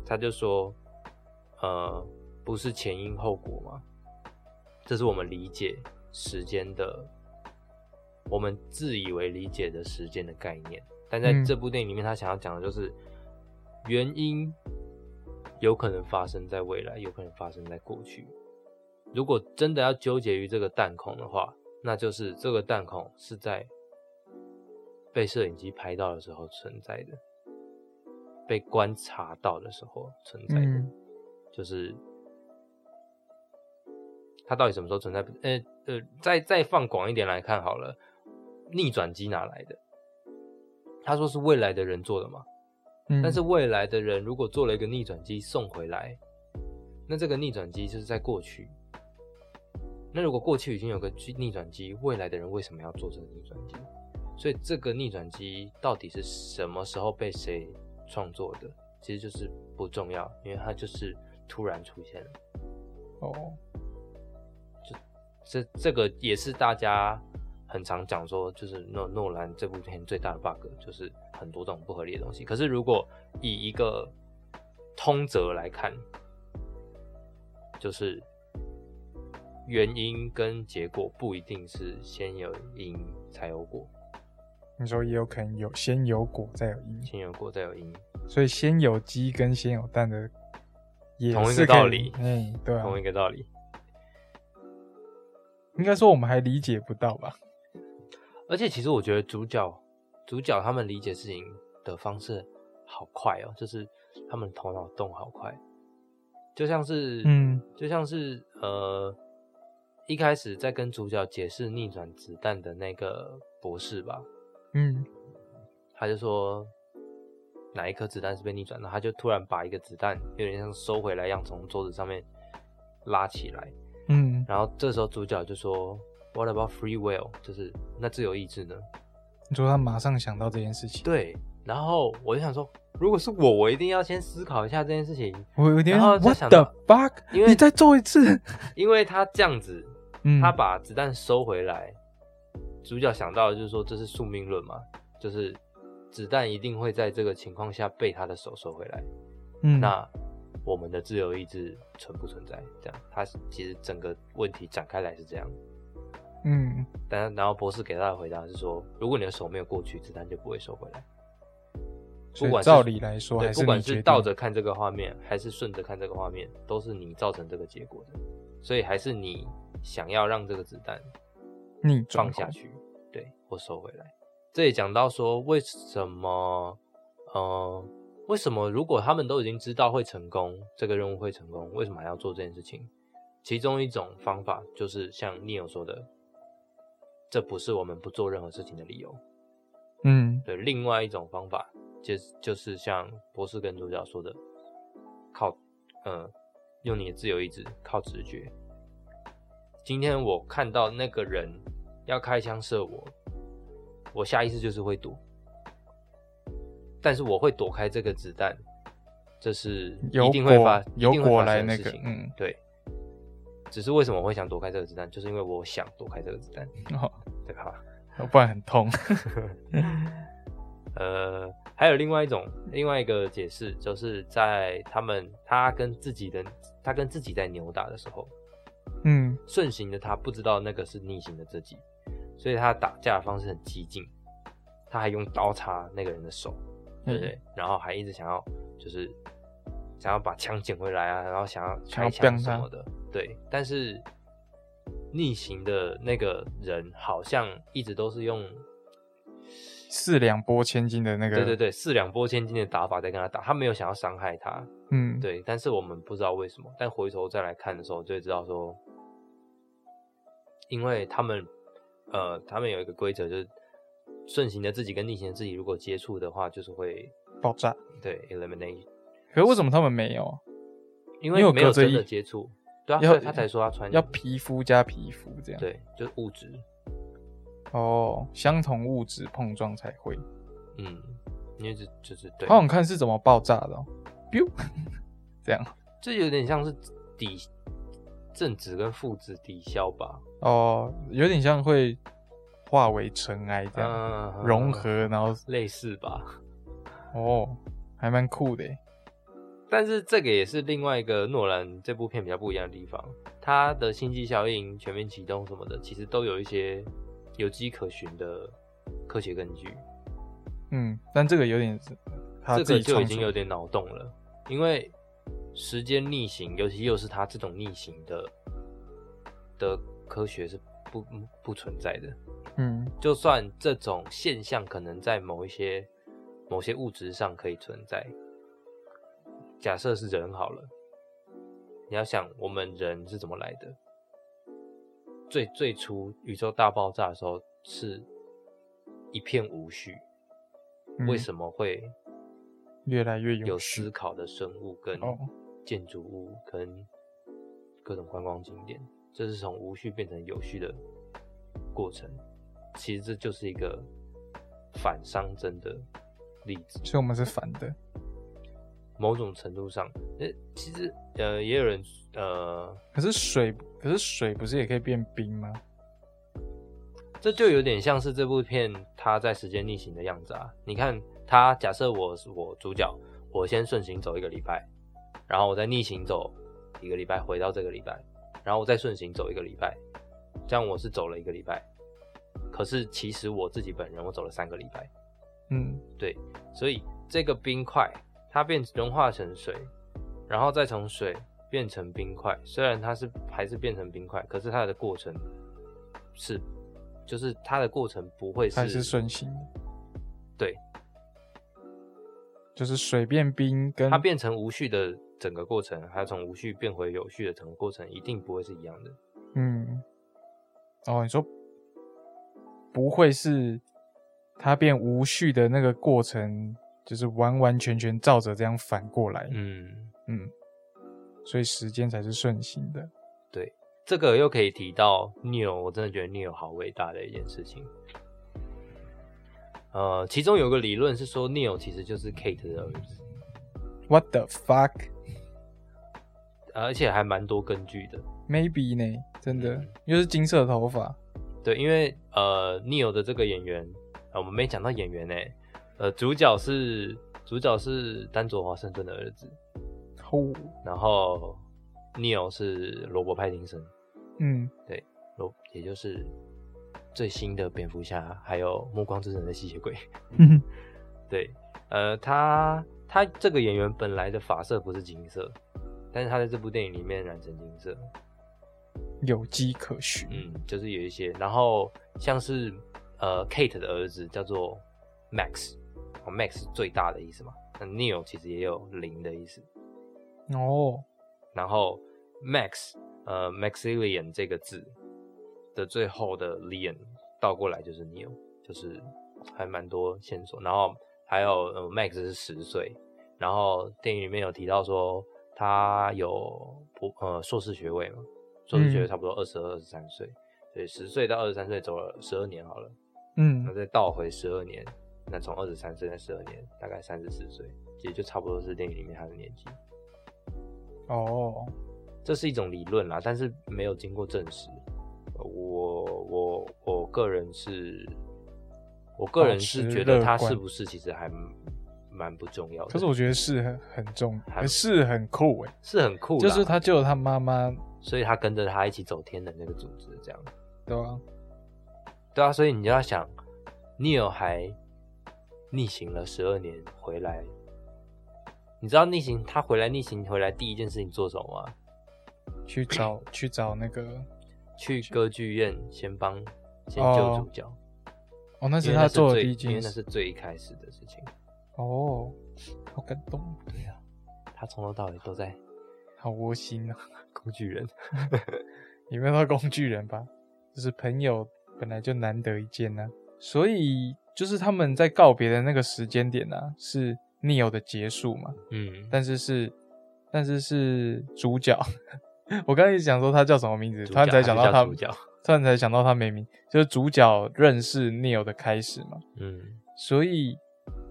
他就说，呃，不是前因后果嘛，这是我们理解时间的，我们自以为理解的时间的概念。但在
嗯
这部电影里面，他想要讲的就是原因有可能发生在未来，有可能发生在过去。如果真的要纠结于这个弹孔的话，那就是这个弹孔是在被摄影机拍到的时候存在的，被观察到的时候存在的，
嗯
就是它到底什么时候存在？呃呃，再再放广一点来看好了，逆转机哪来的？他说是未来的人做的嘛，
嗯，
但是未来的人如果做了一个逆转机送回来，那这个逆转机就是在过去。那如果过去已经有个机逆转机，未来的人为什么要做这个逆转机？所以这个逆转机到底是什么时候被谁创作的，其实就是不重要，因为它就是突然出现了。
哦，
这这个也是大家很常讲说，就是诺诺兰这部片最大的 bug 就是很多这种不合理的东西。可是如果以一个通则来看，就是原因跟结果不一定是先有因才有果，
你说也有可能有先有果再有因，
先有果再有因，
所以先有鸡跟先有蛋的也
同一个
是可以
道理
嗯，对啊，
同一个道理。
应该说我们还理解不到吧？
而且其实我觉得主角主角他们理解事情的方式好快哦，就是他们头脑动好快，就像是
嗯，
就像是呃，一开始在跟主角解释逆转子弹的那个博士吧，
嗯
他就说哪一颗子弹是被逆转的，他就突然把一个子弹有点像收回来一样从桌子上面拉起来，
嗯，
然后这时候主角就说：“What about free will？” 就是那自由意志呢？
你说他马上想到这件事情，
对。然后我就想说，如果是我，我一定要先思考一下这件事情，
我有点
然后再
what
想
the
到
fuck，
因为
你再做一次，
因为他这样子，
嗯，
他把子弹收回来，主角想到的就是说这是宿命论嘛，就是子弹一定会在这个情况下被他的手收回来。
嗯
那我们的自由意志存不存在？这样，他其实整个问题展开来是这样。
嗯，
但然后博士给他的回答是说，如果你的手没有过去，子弹就不会收回来。
所
不管
以
是
照理来说，还
对，
是
不管
你决
是
定
倒着看这个画面，还是顺着看这个画面，都是你造成这个结果的。所以还是你想要让这个子弹
逆转
放下去，对，或收回来。这也讲到说，为什么，呃，为什么如果他们都已经知道会成功，这个任务会成功，为什么还要做这件事情？其中一种方法就是像 n e o 说的，这不是我们不做任何事情的理由。
嗯
对，另外一种方法就是就是像博士跟主角说的，靠，呃，用你的自由意志，靠直觉。今天我看到那个人要开枪射我，我下意识就是会躲，但是我会躲开这个子弹，这是
由
一定会
果
发，
由
一定会
果
发
来
生的
那
事
个
情
嗯
对。只是为什么我会想躲开这个子弹，就是因为我想躲开这个子弹，
哦，
对吧？
不然很痛，
呃，还有另外一种另外一个解释，就是在他们他跟自己的他跟自己在扭打的时候，
嗯
顺行的他不知道那个是逆行的自己，所以他打架的方式很激进，他还用刀插那个人的手，
嗯
对不对？然后还一直想要就是想要把枪捡回来啊，然后想要
想要
开枪
bang 他
什么的，对。但是逆行的那个人好像一直都是用
四两拨千斤的那个，
对对对，四两拨千斤的打法在跟他打，他没有想要伤害他，
嗯
对，但是我们不知道为什么，但回头再来看的时候就会知道说，因为他们呃，他们有一个规则就是顺行的自己跟逆行的自己如果接触的话，就是会
爆炸。
对 eliminate，
可是为什么他们没有啊？
因
因为
为
有
没有
隔着
真的
衣
接触，对啊，
要
所以他才说他穿
要啊皮肤加皮肤这样，
对，就是物质，
哦，相同物质碰撞才会。
嗯，因为这就是对，
好想看是怎么爆炸的、哦，biu，这样
这有点像是抵正值跟负值抵消吧，
哦，有点像会化为尘埃这样、
嗯，
融合，然后
类似吧。
哦，还蛮酷的耶。
但是这个也是另外一个诺兰这部片比较不一样的地方，它的星际效应、全面启动什么的，其实都有一些有迹可循的科学根据。
嗯，但这个有点是他
这
自
个
己
就已
创
经
作
有点脑洞了，因为时间逆行，尤其又是它这种逆行的的科学是不不存在的。
嗯
就算这种现象可能在某一些某些物质上可以存在，假设是人好了，你要想我们人是怎么来的？最最初宇宙大爆炸的时候是一片无序，
嗯
为什么会
越来越
有
序
思考的生物跟
哦
建筑物跟各种观光景点，这是从无序变成有序的过程。其实这就是一个反熵增的例子，
所以我们是反的，
某种程度上，呃，其实呃，也有人呃，
可是水，可是水不是也可以变冰吗？
这就有点像是这部片它在时间逆行的样子啊。你看，它假设我是我主角，我先顺行走一个礼拜，然后我再逆行走一个礼拜，回到这个礼拜，然后我再顺行走一个礼拜，这样我是走了一个礼拜。可是其实我自己本人我走了三个礼拜，
嗯，
对，所以这个冰块它变融化成水，然后再从水变成冰块。虽然它是还是变成冰块，可是它的过程是，就是它的过程不会
它
是
是顺行的，
对，
就是水变冰跟
它变成无序的整个过程，还有从无序变回有序的整个过程，一定不会是一样的。
嗯，哦，你说不会是它变无序的那个过程，就是完完全全照着这样反过来，
嗯，
嗯所以时间才是顺行的。
对，这个又可以提到 Neo，我真的觉得 Neo 好伟大的一件事情。呃，其中有个理论是说 Neo 其实就是 Kate 的儿子，
What the fuck？
呃而且还蛮多根据的。
maybe 呢，真的
嗯，
又是金色头发，
对，因为呃，Neo 的这个演员，呃我们没讲到演员呢，呃，主角是主角是丹佐华盛顿的儿子，
哦，
然后 Neo 是罗伯·派丁森，
嗯，
罗也就是最新的蝙蝠侠，还有《暮光之城》的吸血鬼。对，呃，他他这个演员本来的发色不是金色，但是他在这部电影里面染成金色，
有迹可循，
嗯，就是有一些，然后像是呃 Kate 的儿子叫做 Max，哦 Max 是最大的意思嘛，那 Neo 其实也有零的意思，嗯
哦，
然后 Max 呃 Maxilian 这个字的最后的 lian 倒过来就是 Neo，就是还蛮多线索，然后还有、呃、Max 是十岁，然后电影里面有提到说他有博呃硕士学位嘛，硕士学位
嗯
差不多二十二、二十三岁，所以十岁到二十三岁走了十二年好了，那
嗯，
再倒回十二年，那从二十三岁到十二年，大概三十四岁，也就差不多是电影里面他的年纪。
哦，
这是一种理论啦，但是没有经过证实。呃我我我个人是，我个人是觉得它
保持乐观
是不是其实还蛮不重要的。
可是我觉得是很很重，
还
是很酷哎，
是很酷啦，
就是他救了他妈妈，
所以他跟着他一起走天的那个组织这样。
对吧？
对啊，所以你就要想，Neo 还逆行了十二年回来，你知道逆行他回来逆行回来第一件事情做什么吗？
去找去找那个，
去歌剧院先帮先救
哦
主角，
哦，那
因
是
为
他
最
做的第一
因
件
为那
事，
是最一开始的事情。
哦，好感动，
对啊，他从头到尾都在
好窝心啊，
工具 人。
也没有到工具人吧， 就是朋友本来就难得一见呐、所以就是他们在告别的那个时间点呢、啊，是 Neo 的结束嘛，
嗯，
但是是，但是是主角。 我刚才一直想说他叫什么名字，
主
突然
角
才
他
想
就
到
叫
他
主，角。
突然才想到他没名，就是主角认识 Neo 的开始嘛。
嗯，
所以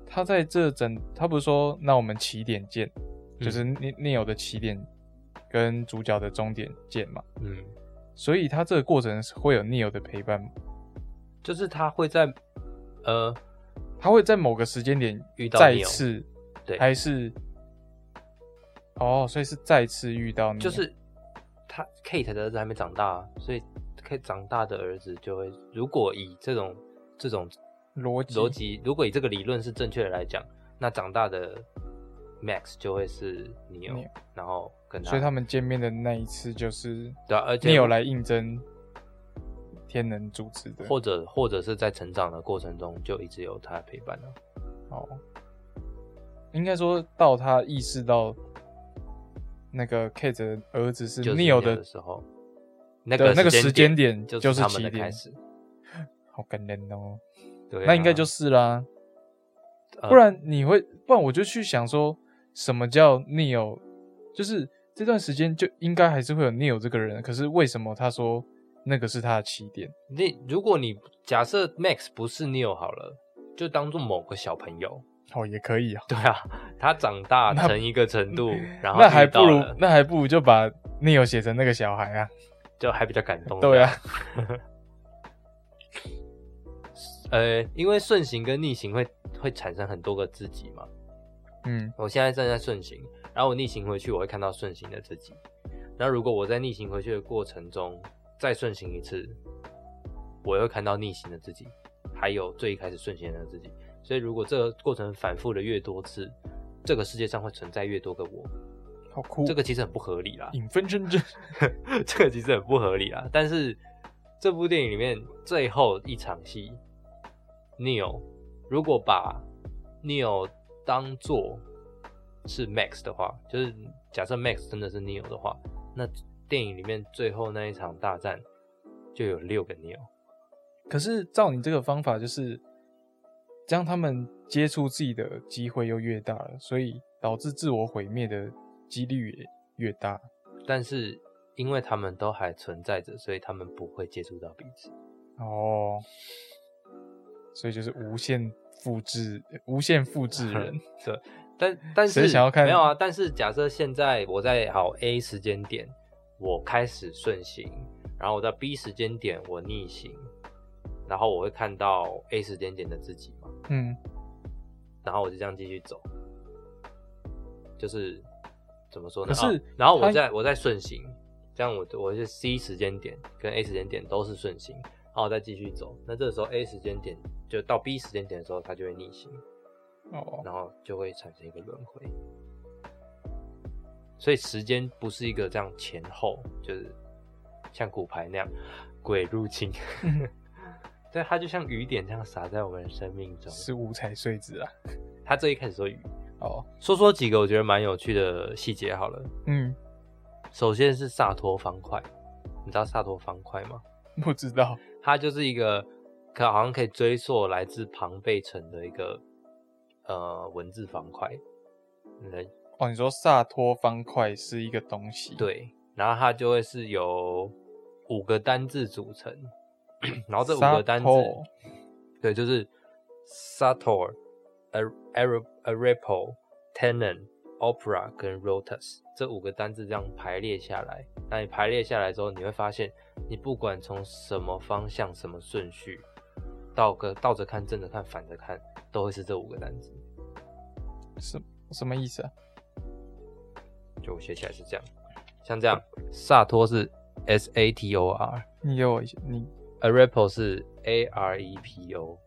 他在这整，他不是说那我们起点见，就是
嗯
Ne- Neo 的起点跟主角的终点见嘛。
嗯，
所以他这个过程是会有 Neo 的陪伴吗，
就是他会在呃
他会在某个时间点
遇到
再
Neo
次，
对
还是哦，所以是再次遇到 Neo，
就是他 Kate 的儿子还没长大，所以 Kate 长大的儿子就会，如果以这种这种
逻辑
逻辑，如果以这个理论是正确的来讲，那长大的 Max 就会是 Neo，
Neo
然后跟
所以他们见面的那一次就是
对啊而且
Neo 来应征天能组织的，
或者或者是在成长的过程中就一直有他的陪伴啊了。
哦，应该说到他意识到那个 Kate 的儿子是
就是
Neo
的
嗯的
时候，那
的
个
那个时间
点
点
就是他们
起
的开
点，
始。
好感人哦。
对啊、
那应该就是啦，
呃
不然你会，不然我就去想说，什么叫 Neo？就是这段时间就应该还是会有 Neo 这个人，可是为什么他说那个是他的起点？
那如果你假设 Max 不是 Neo 好了，就当做某个小朋友。
哦，也可以啊，
对啊，他长大
那嗯
成一个程度，然后
那还
遇到
不如
了
那还不如就把 Neo 写成那个小孩啊，
就还比较感动。
对啊，
呃，因为顺行跟逆行会会产生很多个自己嘛。
嗯，
我现在正在顺行，然后我逆行回去，我会看到顺行的自己。那如果我在逆行回去的过程中再顺行一次，我又看到逆行的自己，还有最一开始顺行的自己。所以，如果这个过程反复的越多次，这个世界上会存在越多个我。
好酷，
这个其实很不合理啦，
影分身之
这个其实很不合理啦。啊但是这部电影里面最后一场戏，Neo 如果把 Neo 当做是 Max 的话，就是假设 Max 真的是 Neo 的话，那电影里面最后那一场大战就有六个 Neo。
可是照你这个方法，就是这样，他们接触自己的机会又越大了，所以导致自我毁灭的几率也越大。
但是因为他们都还存在着，所以他们不会接触到彼此。
哦，所以就是无限复制，无限复制 人。
对，但但
谁
是
想要看
没有啊？但是假设现在我在好 A 时间点，我开始顺行，然后我在 B 时间点我逆行，然后我会看到 A 时间点的自己嘛，
嗯，
然后我就这样继续走，就是怎么说呢？
可是
啊然后我
它
再我再顺行，这样我我就 C 时间点跟 A 时间点都是顺行，然后我再继续走，那这个时候 A 时间点就到 B 时间点的时候，它就会逆行。
哦，
然后就会产生一个轮回。所以时间不是一个这样前后，就是像骨牌那样鬼入侵， 对，它就像雨点这样洒在我们的生命中。
是五彩碎纸啊。
它最一开始说雨，
哦，
说说几个我觉得蛮有趣的细节好了。
嗯，
首先是萨托方块，你知道萨托方块吗？
不知道。
它就是一个可好像可以追溯来自庞贝城的一个呃文字方块，你来
哦，你说萨托方块是一个东西？，
对，然后它就会是由五个单字组成，然后这五个单字，
Sato
对，就是 Sator、a a r a r a p o Tenon、Opera 跟 Rotus 这五个单字这样排列下来。那你排列下来之后，你会发现，你不管从什么方向、什么顺序，倒个倒着看、正着看、反着看，都会是这五个单字。
什什么意思啊？
就我写起来是这样，像这样，萨托是 S A T O R。
你给我一下，你
a r e p o 是 A R E P O，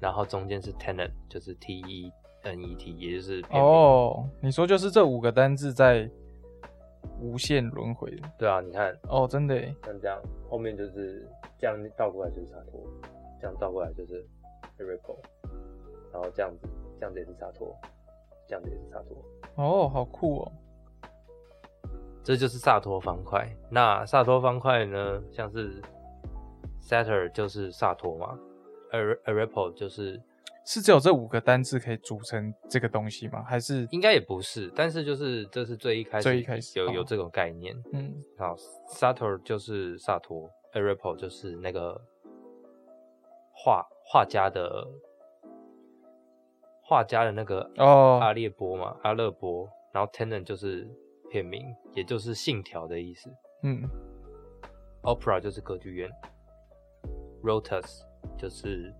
然后中间是 tenant，就是 T E N E T，也就是片名。
哦，你说就是这五个单字在无限轮回的
对啊，你看
哦，真的耶，
像这样，后面就是这样倒过来就是沙托，这样倒过来就是 a r e p o 然后这样子，这样子也是沙托，这样子也是沙托，
哦，好酷哦，
这就是萨托方块。那萨托方块呢，像是 Sator 就是萨托嘛 a r e p o 就是
是只有这五个单字可以组成这个东西吗？还是
应该也不是，但是就是这是最一开始
最一开始
有
哦
有这种概念。
嗯，
好，Sator 就是萨托 a r i p o 就是那个画画家的画家的那个
哦，
阿列波嘛，阿勒波，然后 Tenon 就是片名，也就是信条的意思
嗯，
，Opera 就是歌剧院，Rotus 就是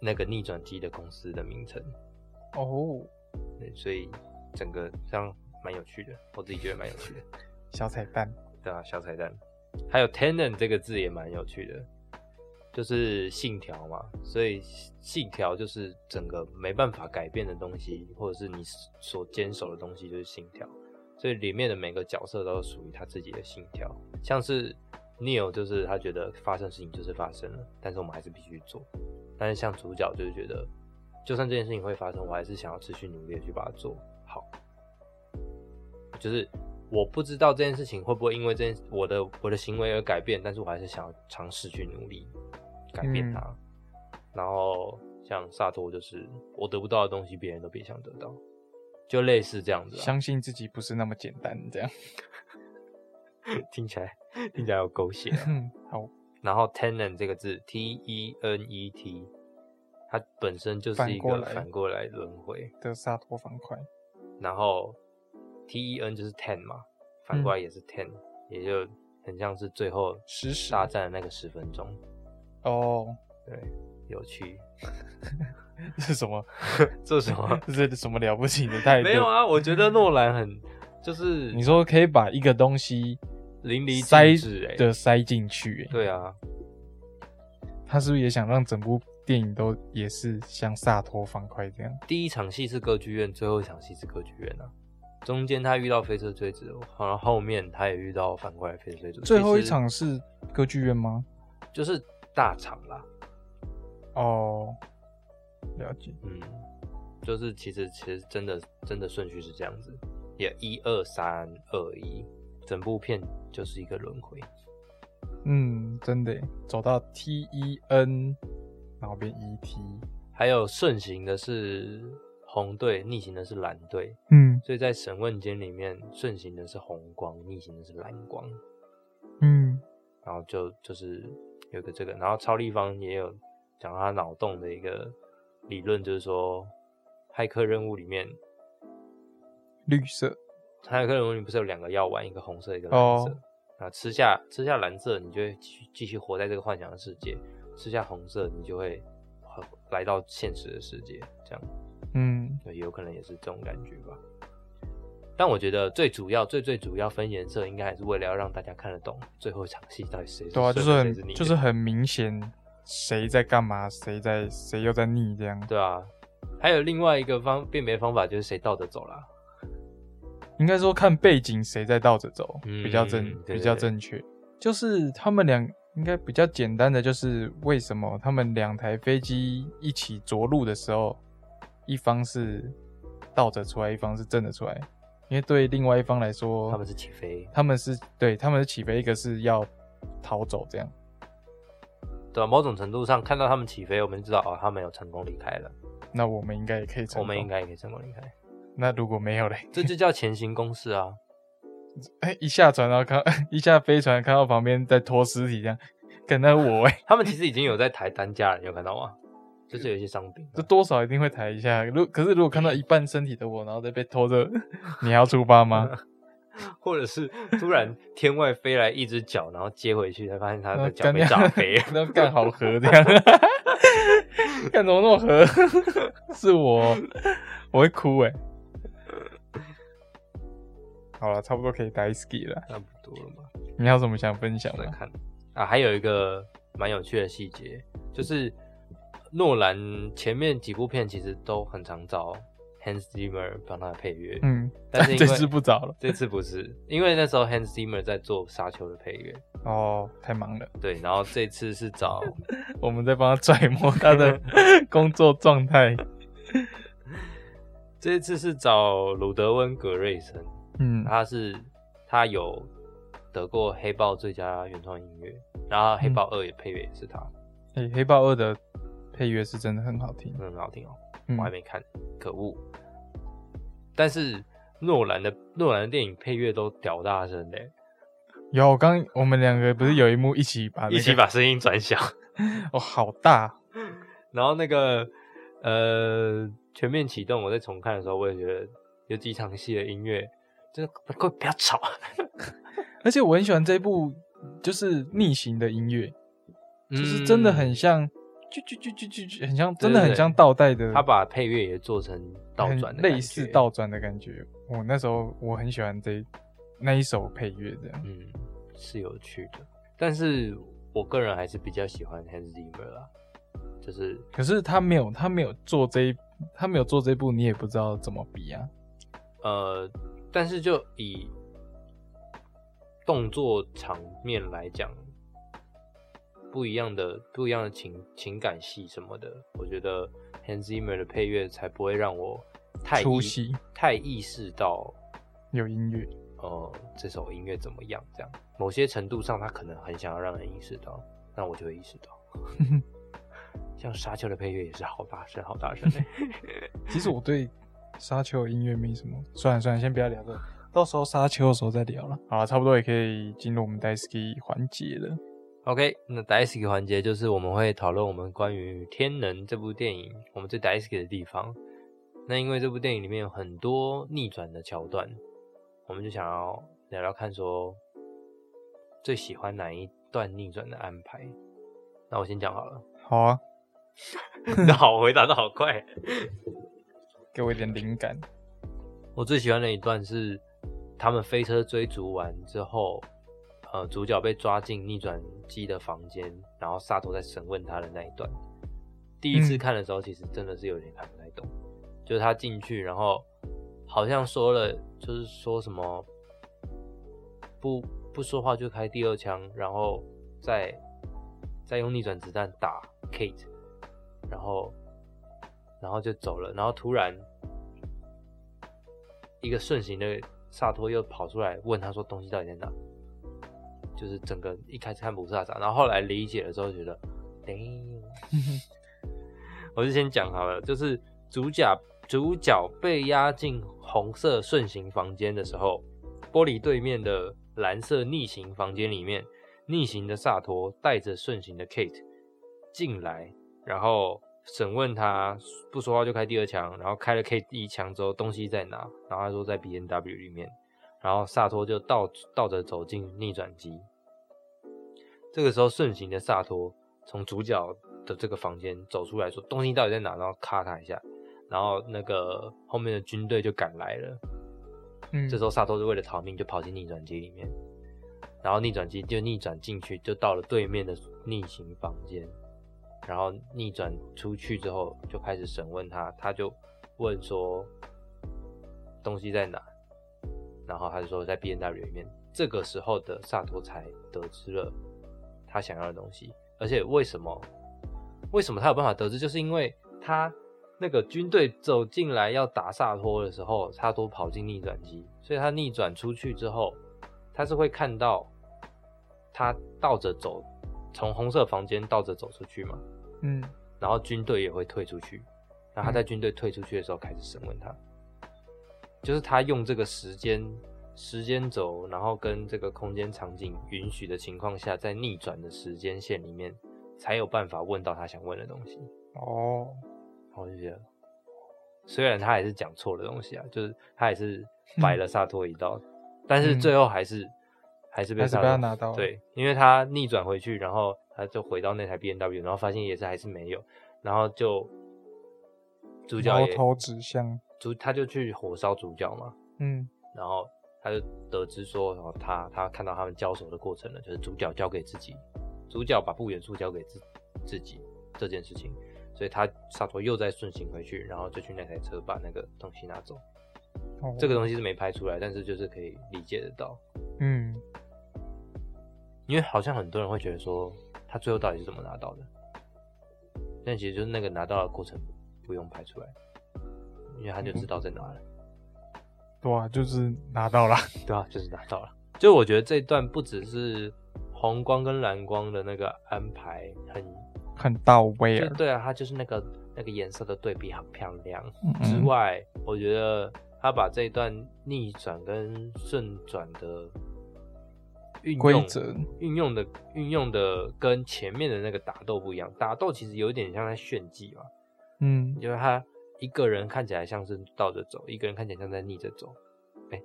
那个逆转机的公司的名称，
哦，
对，所以整个这样蛮有趣的，我自己觉得蛮有趣的。
小彩蛋，
对啊，小彩蛋。还有 tenant 这个字也蛮有趣的，就是信条嘛，所以信条就是整个没办法改变的东西，或者是你所坚守的东西就是信条。所以里面的每个角色都属于他自己的信条，像是 Neil 就是他觉得发生的事情就是发生了，但是我们还是必须做。但是像主角就是觉得，就算这件事情会发生，我还是想要持续努力的去把它做好。就是我不知道这件事情会不会因为这件我的我的行为而改变，但是我还是想要尝试去努力改变它。然后像萨托就是我得不到的东西，别人都别想得到，就类似这样子、啊。
相信自己不是那么简单，这样，
听起来 听起来有狗 血、啊。
嗯，好，
然后 tenant 这个字，t e n e t，它本身就是
反
一
过
个
来
反过来轮回，
的萨托方块，
然后 t e n 就是 ten 嘛，
嗯
反过来也是 ten，、也就很像是最后
实时
大战的那个十分钟，
哦，
对，有趣。
这是什 么？
这是什么？
这是什么了不起的态度？
没有，啊，我觉得诺兰很就是
你说可以把一个东西
淋漓
塞
尽致哎、
的塞进去、欸，
对啊，
他是不是也想让整部电影都也是像萨托方块这样？
第一场戏是歌剧院，最后一场戏是歌剧院啊。中间他遇到飞车追逐，然后后面他也遇到反过来飞车追逐。
最后
其
一
实
场是歌剧院吗？
就是大场啦，
哦，了解。
嗯，就是其实其实真的真的顺序是这样子，也一二三二一，整部片就是一个轮回。
嗯，真的耶，走到 T E N，然后变 E T，
还有顺行的是红队，逆行的是蓝队，
嗯，嗯
所以在审问间里面，顺行的是红光，逆行的是蓝光，
嗯
然后就就是有个这个，然后超立方也有讲到他脑洞的一个理论，就是说骇客任务里面，
绿色，
骇客任务里面不是有两个药丸，一个红色，一个蓝色，
哦
啊，吃下吃下蓝色，你就会继续继续活在这个幻想的世界；吃下红色，你就会呃来到现实的世界，这样。
嗯
对，有可能也是这种感觉吧。但我觉得最主要、最最主要分颜色，应该还是为了要让大家看得懂最后一场戏到底谁是
对啊，就
顺
是
的谁是
很
逆
就
的
是很明显谁在干嘛，谁在谁又在逆这样，
对啊。还有另外一个方辨别方法就是谁倒着走啦。
应该说看背景谁在倒着走
嗯
比较正
对对
比较
对
正确，就是他们两应该比较简单的就是为什么他们两台飞机一起着陆的时候，一方是倒着出来，一方是正着出来，因为对另外一方来说，
他们是起飞，
他们是对他们是起飞，一个是要逃走这样，
对啊，某种程度上看到他们起飞，我们就知道哦，他们有成功离开了，
那我们应该也可以成功。
我们应该也可以成功离开，
那如果没有嘞，
这就叫前行公式啊。
哎、一下船然后看 一下飞船看到旁边在拖尸体这样，看那我哎、
他们其实已经有在抬担架了，你有看到 吗？就是有一些伤兵啊、
这多少一定会抬一下。如可是如果看到一半身体的我，然后再被拖着， 你还要出发吗？
嗯或者是突然天外飞来一只脚，然后接回去，才发现他
那
的脚
干
被 炸飞了。
那干好合这样，干怎么那么合？ 是我，我会哭哎、好了，差不多可以打 ski 了。
差不多了嘛，
你还有什么想分享
再
的？
看啊，还有一个蛮有趣的细节，就是诺兰前面几部片其实都很常找 Hans Zimmer 帮他配乐，
嗯，
但是因
这
为
次不找了
这次不是，因为那时候 Hans Zimmer 在做《沙丘》的配乐，
哦，太忙了，
对，然后这次是 找
我们在帮他揣 摩他的工作状态。
这次是找鲁德温·格瑞森，
嗯
他是他有得过黑豹最佳原创音乐，然后黑豹二也配乐也是他，
诶、黑豹二的配乐是真的很好听。
很好听哦。
嗯
我还没看，可恶。但是诺兰的诺兰的电影配乐都屌大声的，欸
有，我刚我们两个不是有一幕一起啊把、那个
一起把声音转小。
哦，好大，
然后那个呃，全面启动，我在重看的时候，我也觉得有几场戏的音乐，真的快快不要吵。
而且我很喜欢这部就是逆行的音乐，
嗯
就是嗯真的很像，就就就就就就很像，真的很像倒带的，
嗯，他把配乐也做成倒
很
转的感觉
类似倒，转的感觉。我那时候我很喜欢这那一首配乐的，
嗯，是有趣的。但是我个人还是比较喜欢 Hans Zimmer 啦，就是
可是他没有他没有做这一他没有做这一部，你也不知道怎么比啊。
呃，但是就以动作场面来讲，不一样的不一样的情情感戏什么的，我觉得 Hans Zimmer 的配乐才不会让我太
出
意
戏
太意识到
有音 乐，
呃这首音乐怎么样这样。某些程度上，他可能很想要让人意识到，那我就会意识 到。像沙丘的配乐也是好大声，好大声欸
其实我对沙丘的音乐没什么。算了算了，先不要聊这个，到时候沙丘的时候再聊了。好了，啊差不多也可以进入我们 d a s k y 环节了。
OK，那 Daisy 环节就是我们会讨论我们关于《天能》这部电影，我们最 Daisy 的地方。那因为这部电影里面有很多逆转的桥段，我们就想要聊聊看，说最喜欢哪一段逆转的安排。那我先讲好了，
好啊，
那好，回答的好快。
给我一点灵感。
我最喜欢的一段是他们飞车追逐完之后，呃，主角被抓进逆转机的房间，然后萨托在审问他的那一段。第一次
嗯
看的时候，其实真的是有点看不太懂，就是他进去，然后好像说了，就是说什么不不说话就开第二枪，然后再再用逆转子弹打 Kate，然后然后就走了，然后突然一个顺行的萨托又跑出来问他说东西到底在哪，就是整个一开始看不是啥啥，然后后来理解了之后觉得，哎，我就先讲好了，就是主角主角被押进红色顺行房间的时候，玻璃对面的蓝色逆行房间里面，逆行的萨托带着顺行的 Kate 进来，然后审问他，不说话就开第二枪，然后开了 Kate 第一枪之后，东西在哪？然后他说在 B N W 里面，然后萨托就倒倒着走进逆转机。这个时候，顺行的萨托从主角的这个房间走出来说：“东西到底在哪？”然后咔他一下，然后那个后面的军队就赶来了。
嗯，
这时候萨托是为了逃命，就跑进逆转机里面，然后逆转机就逆转进去，就到了对面的逆行房间，然后逆转出去之后就开始审问他，他就问说东西在哪，然后他就说在 B N W 里面。这个时候的萨托才得知了他想要的东西，而且为什么为什么他有办法得知，就是因为他那个军队走进来要打萨托的时候，萨托跑进逆转机，所以他逆转出去之后，他是会看到他倒着走，从红色房间倒着走出去嘛，
嗯
然后军队也会退出去，然后他在军队退出去的时候开始审问他，就是他用这个时间时间轴，然后跟这个空间场景允许的情况下，在逆转的时间线里面，才有办法问到他想问的东西。
哦，
然后我就觉得，虽然他也是讲错了东西啊，就是他也 是摆了萨托一道，但是最后还是、还是
嗯
被
还是
萨
被他
托
拿到了，
对，因为他逆转回去，然后他就回到那台 B N W，然后发现也是还是没有，然后就主角
矛
也
头指向，
主他就去火烧主角嘛，
嗯
然后他就得知说，哦，他他看到他们交手的过程了，就是主角交给自己，主角把不元素交给自自己这件事情，所以他萨托又再顺行回去，然后就去那台车把那个东西拿走。
哦
这个东西是没拍出来，但是就是可以理解得到，
嗯
因为好像很多人会觉得说，他最后到底是怎么拿到的？但其实就是那个拿到的过程不用拍出来，因为他就知道在哪了。
对啊，就是拿到了，
对啊，就是拿到了。就我觉得这一段不只是红光跟蓝光的那个安排很，
很到位
就
了，
对啊，它就是那个那个颜色的对比很漂亮。之
嗯
外，我觉得他把这一段逆转跟顺转的运用
规则，
运用的运用的跟前面的那个打斗不一样，打斗其实有点像在炫技嘛，
嗯
因为他一个人看起来像是倒着走，一个人看起来像在逆着走，哎、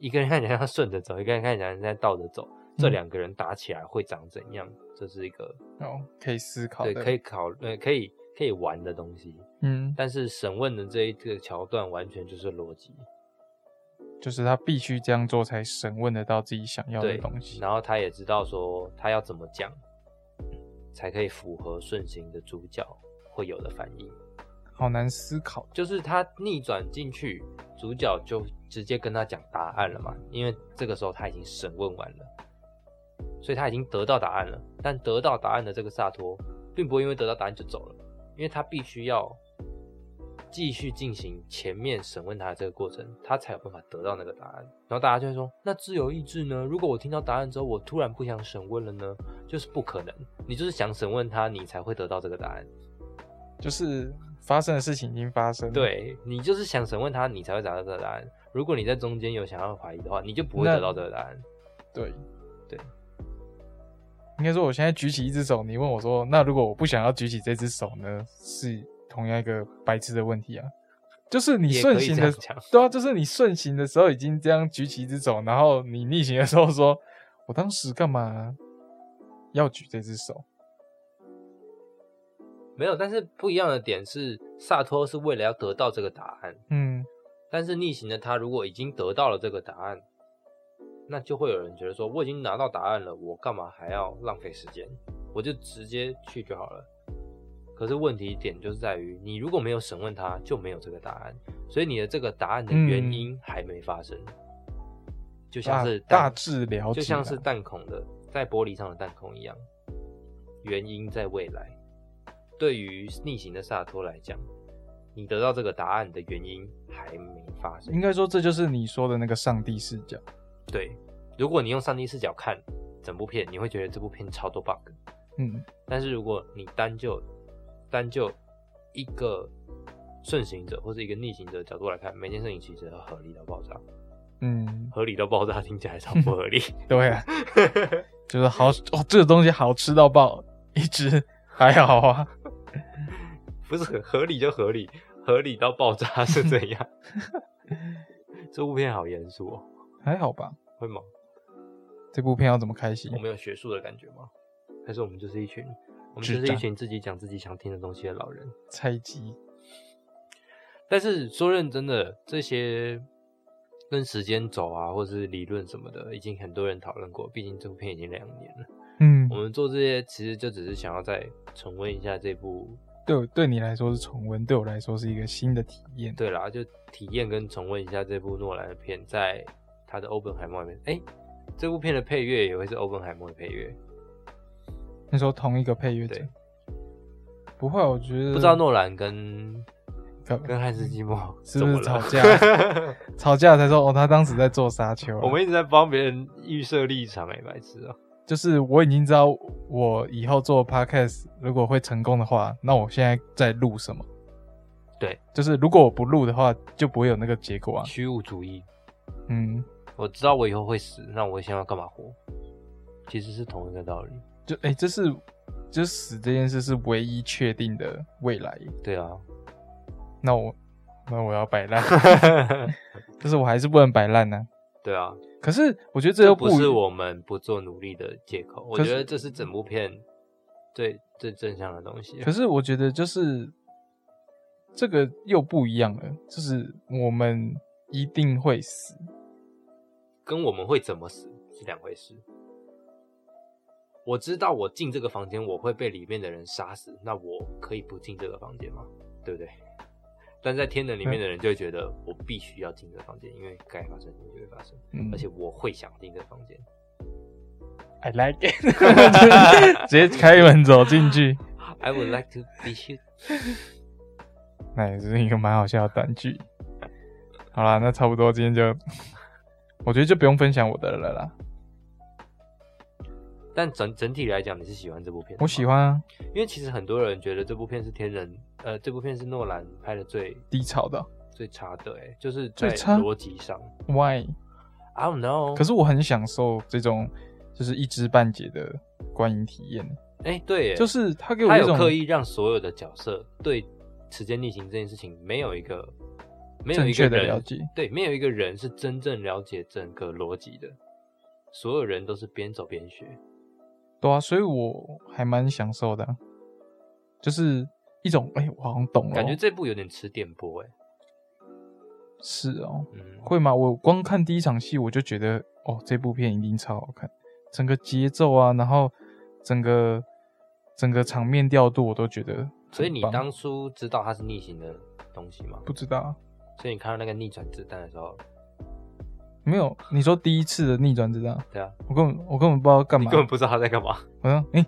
一个人看起来像顺着走，一个人看起来像在倒着走，这
嗯
两个人打起来会长怎样？这是一个
哦，可以思考
对
的，
可以考呃可以可以玩的东西，
嗯，
但是审问的这一个桥段完全就是逻辑，
就是他必须这样做才审问得到自己想要的
对
东西，
然后他也知道说他要怎么讲才可以符合顺行的主角会有的反应。
好难思考，
就是他逆转进去，主角就直接跟他讲答案了嘛，因为这个时候他已经审问完了，所以他已经得到答案了。但得到答案的这个萨托，并不会因为得到答案就走了，因为他必须要继续进行前面审问他的这个过程，他才有办法得到那个答案。然后大家就会说，那自由意志呢？如果我听到答案之后，我突然不想审问了呢？就是不可能，你就是想审问他，你才会得到这个答案。
就是发生的事情已经发生了，，
对你就是想审问他，你才会找到这个答案。如果你在中间有想要怀疑的话，你就不会
那
得到这个答案。
对，
对。
应该说，我现在举起一只手，你问我说，那如果我不想要举起这只手呢？是同样一个白痴的问题啊，就是你
也可
顺
以
行
这
的
样，讲，
对啊，就是你顺行的时候已经这样举起一只手，然后你逆行的时候说，我当时干嘛要举这只手？
没有。但是不一样的点是，萨托是为了要得到这个答案，
嗯，
但是逆行的他如果已经得到了这个答案，那就会有人觉得说，我已经拿到答案了，我干嘛还要浪费时间？我就直接去就好了。可是问题点就是在于，你如果没有审问他，就没有这个答案，所以你的这个答案的原
嗯
因还没发生，就像
大
是
大
当
致了解啦，
就像是弹孔的在玻璃上的弹孔一样，原因在未来。对于逆行的萨托来讲，你得到这个答案的原因还没发生
应。该说这就是你说的那个上帝视角，
对，如果你用上帝视角看整部片，你会觉得这部片超多 bug。
嗯
但是如果你单就单就一个顺行者或是一个逆行者的角度来看，每件事情其实都合理到爆炸，
嗯，
合理到爆炸听起来超不合理。
对啊，就是好哦，这个东西好吃到爆， 一直还好啊，
不是很合理就 合理，合理到爆炸是怎样？ 这部片好严肃哦，
还好吧？
会吗？
这部片要怎么开心
我？们有学术的感觉吗？还是我们就是一群，我们
智
就是一
障
群自己讲自己想听的东西的老人？
猜忌，
但是说认真的，这些跟时间走啊，或是理论什么的，已经很多人讨论过。毕竟这部片已经两年了，
嗯
我，们做这些其实就只是想要再重温一下这部。
对我对你来说是重温，对我来说是一个新的体验。
对啦，就体验跟重温一下这部诺兰的片，在他的《欧本海默》里面，哎、这部片的配乐也会是《欧本海默》的配乐。
那时候同一个配乐者
对，
不会，啊我觉得
不知道诺兰跟
干
跟汉斯季默
是
怎
不
么
是
了
吵架？吵架才说哦，他当时在做沙丘啊。
我们一直在帮别人预设立场、哎，白痴啊！
就是我已经知道我以后做 podcast 如果会成功的话，那我现在在录什么？
对，
就是如果我不录的话，就不会有那个结果啊。
虚无主义。
嗯，
我知道我以后会死，那我现在要干嘛活？其实是同一个道理。
就哎、这是就死这件事是唯一确定的未来。
对啊，
那我那我要摆 烂，就是我还是不能摆烂呢。
对啊，
可是我觉得 这
这
又
不是我们不做努力的借口。我
可是
觉得这是整部片最最正向的东西啊
可。是我觉得就是这个又不一样了，就是我们一定会死，
跟我们会怎么死是两回事。我知道我进这个房间我会被里面的人杀死，那我可以不进这个房间吗？对不对？但在天能里面的人就会觉得我必须要进这个房间，因为该发生的就会发生，
嗯
而且我会想进这个房间。
I like it，直接开门走进去，
I would like to be you。
那也是一个蛮好笑的短剧。好啦，那差不多今天就， 我觉得就不用分享我的了啦。
但整整体来讲，你是喜欢这部片？
我喜，欢啊，
因为其实很多人觉得这部片是天人，呃，这部片是诺兰拍的最
低潮的
最差的、欸，就是
最
在
差
逻辑上。
why？
I don't know。
可是我很享受这种就是一知半解的观影体验，
哎、对耶，
就是他给我
他
一
有
种
刻意让所有的角色对时间逆行这件事情没有一个没有
正
一个
确的
人
了解，
对，没有一个人是真正了解整个逻辑的，所有人都是边走边学。
对啊，所以我还蛮享受的啊、就是一种哎、我好像懂了哦，
感觉这部有点吃电波，哎，
是哦，
嗯，
会吗？我光看第一场戏，我就觉得哦，这部片一定超好看，整个节奏啊，然后整个整个场面调度，我都觉得很棒。
所以你当初知道它是逆行的东西吗？
不知道啊
所以你看到那个逆转子弹的时候，
没有？你说第一次的逆转之战，
对啊，
我根本我根本不知道干
你
嘛
根。本不知道他在干嘛，
我说哎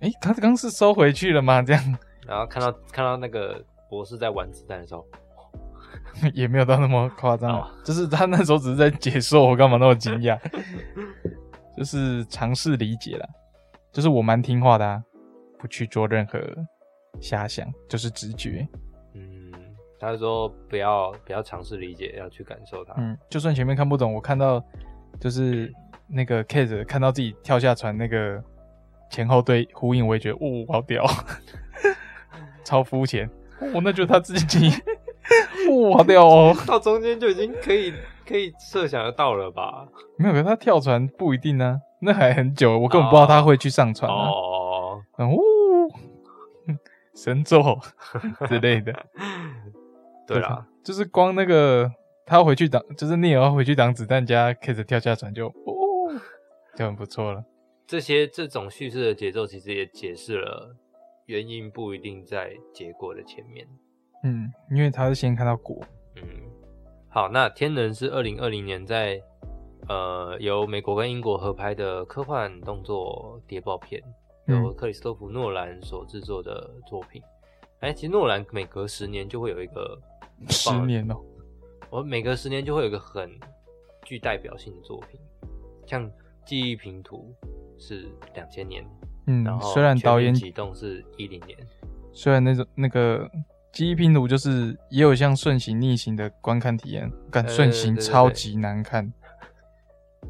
哎，诶他刚是收回去了吗？这样
然后看到看到那个博士在玩子弹的时候，
也没有到那么夸张啊
哦，
就是他那时候只是在解说，我干嘛那么惊讶？ 就是尝试理解啦，就是我蛮听话的啊，不去做任何遐想，就是直觉。
嗯，他就说不要不要尝试理解，要去感受它。
嗯，就算前面看不懂，我看到就是那个 Kate 看到自己跳下船那个前后对呼应，我也觉得，哦，好屌， 超肤浅。哦，那就是他自己， 哇，好屌哦！
到中间就已经可以 可以设想得到了吧？
没有，可是他跳船不一定呢、那还很久，我根本不知道他会去上船啊。
哦，
然后呜， 神作 之类的。
对啦，
就是光那个他回去挡，就是聂要回去挡子弹加 Kate 跳下船就，哦，就很不错了。
这些这种叙事的节奏其实也解释了原因不一定在结果的前面。
嗯，因为他是先看到果，
嗯，好，那《天能》是二零二零年在呃由美国跟英国合拍的科幻动作谍报片，
嗯
由克里斯托弗·诺兰所制作的作品。哎、其实诺兰每隔十年就会有一个
十
棒
年哦、
我每隔十年就会有一个很具代表性的作品，像《记忆拼图》是两千年，
嗯
然，后
虽然
全
导
面
演
启动是一零年，
虽然那种那个记忆拼图就是也有像顺行逆行的观看体验，感
呃
顺行
对对
超
对
级难看。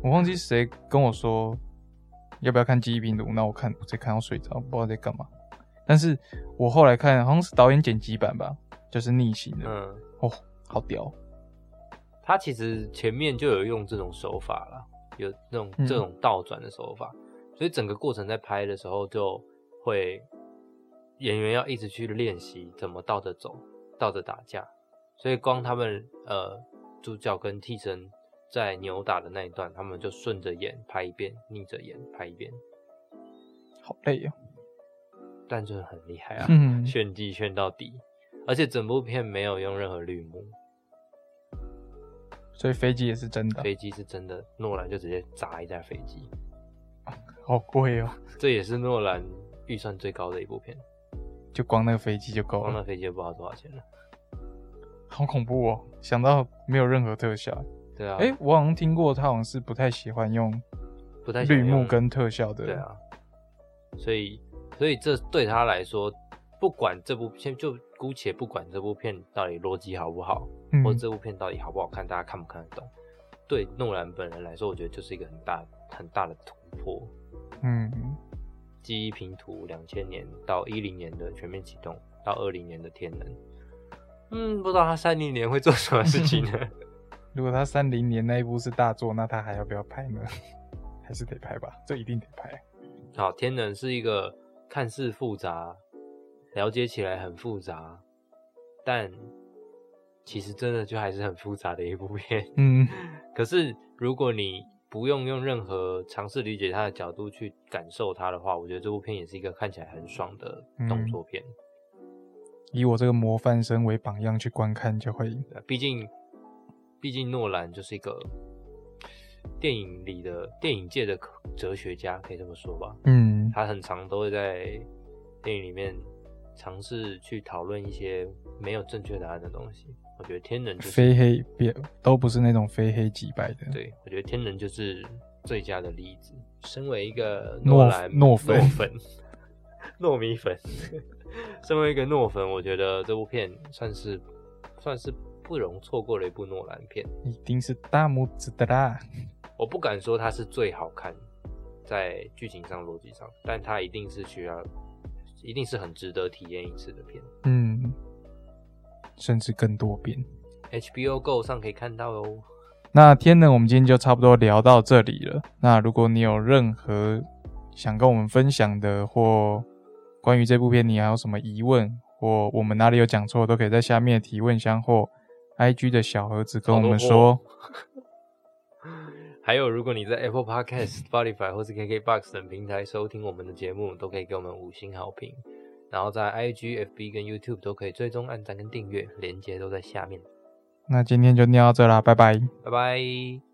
我忘记谁跟我说要不要看记忆拼图，那我看我在看到睡着，不知道在干嘛。但是我后来看好像是导演剪辑版吧，就是逆行的，
嗯，
哦，好屌，
他其实前面就有用这种手法啦，有那种
嗯
这种倒转的手法，所以整个过程在拍的时候就会演员要一直去练习怎么倒着走、倒着打架，所以光他们呃主角跟替身在扭打的那一段，他们就顺着演拍一遍，逆着演拍一遍，
好累哦。
但就是很厉害啊，
嗯，
炫技炫到底，而且整部片没有用任何绿幕，
所以飞机也是真的，
飞机是真的，诺兰就直接砸一架飞机。
好贵哦，
这也是诺兰预算最高的一部
嗯
片，
就光那个飞机就够
光
了，
那飞机就不知道多少钱了。
好恐怖哦！想到没有任何特效，
对啊，
哎、我好像听过他好像是不太喜欢用
不太想
绿幕
用
跟特效的，
对啊，所以所以这对他来说，不管这部片就姑且不管这部片到底逻辑好不好，
嗯
或者这部片到底好不好看，大家看不看得懂，对诺兰本人来说，我觉得就是一个很大很大的突破。
嗯，
记忆拼图，两千年到一零年的全面启动，到二零年的天能。嗯，不知道他三零年会做什么事情呢？
如果他三零年那一部是大作，那他还要不要拍呢？还是得拍吧，这一定得拍。
好，天能是一个看似复杂，了解起来很复杂，但其实真的就还是很复杂的一部 片。
嗯，
可是如果你不用用任何尝试理解它的角度去感受它的话，我觉得这部片也是一个看起来很爽的动作片。
以我这个模范生为榜样去观看就会，
对呃毕竟，毕竟诺兰就是一个电影里的电影界的哲学家，可以这么说吧。
嗯
他很常都会在电影里面尝试去讨论一些没有正确答案的东西。我觉得天能就是
非黑别都不是那种非黑即白的，
对，我觉得天能就是最佳的例子。身为一个
诺
诺兰
诺粉
诺粉糯米粉， 身为一个诺粉，我觉得这部片算是算是不容错过的一部诺兰片。
一定是大拇指的啦。
我不敢说它是最好看，在剧情上、逻辑上，但它一定是需要，一定是很值得体验一次的片。
嗯，甚至更多变。
HBO Go 上可以看到哦。
那天呢，我们今天就差不多聊到这里了。那如果你有任何想跟我们分享的，或关于这部片你还有什么疑问，或我们哪里有讲错，都可以在下面提问箱或 IG 的小盒子跟我们说。
还有，如果你在 Apple Podcast、Spotify 或是 KKBox 等平台收听我们的节目，都可以给我们五星好评。然后在 IG、FB 跟 YouTube 都可以追踪、按赞跟订阅，连接都在下面。
那今天就念到这啦，拜拜。
拜拜。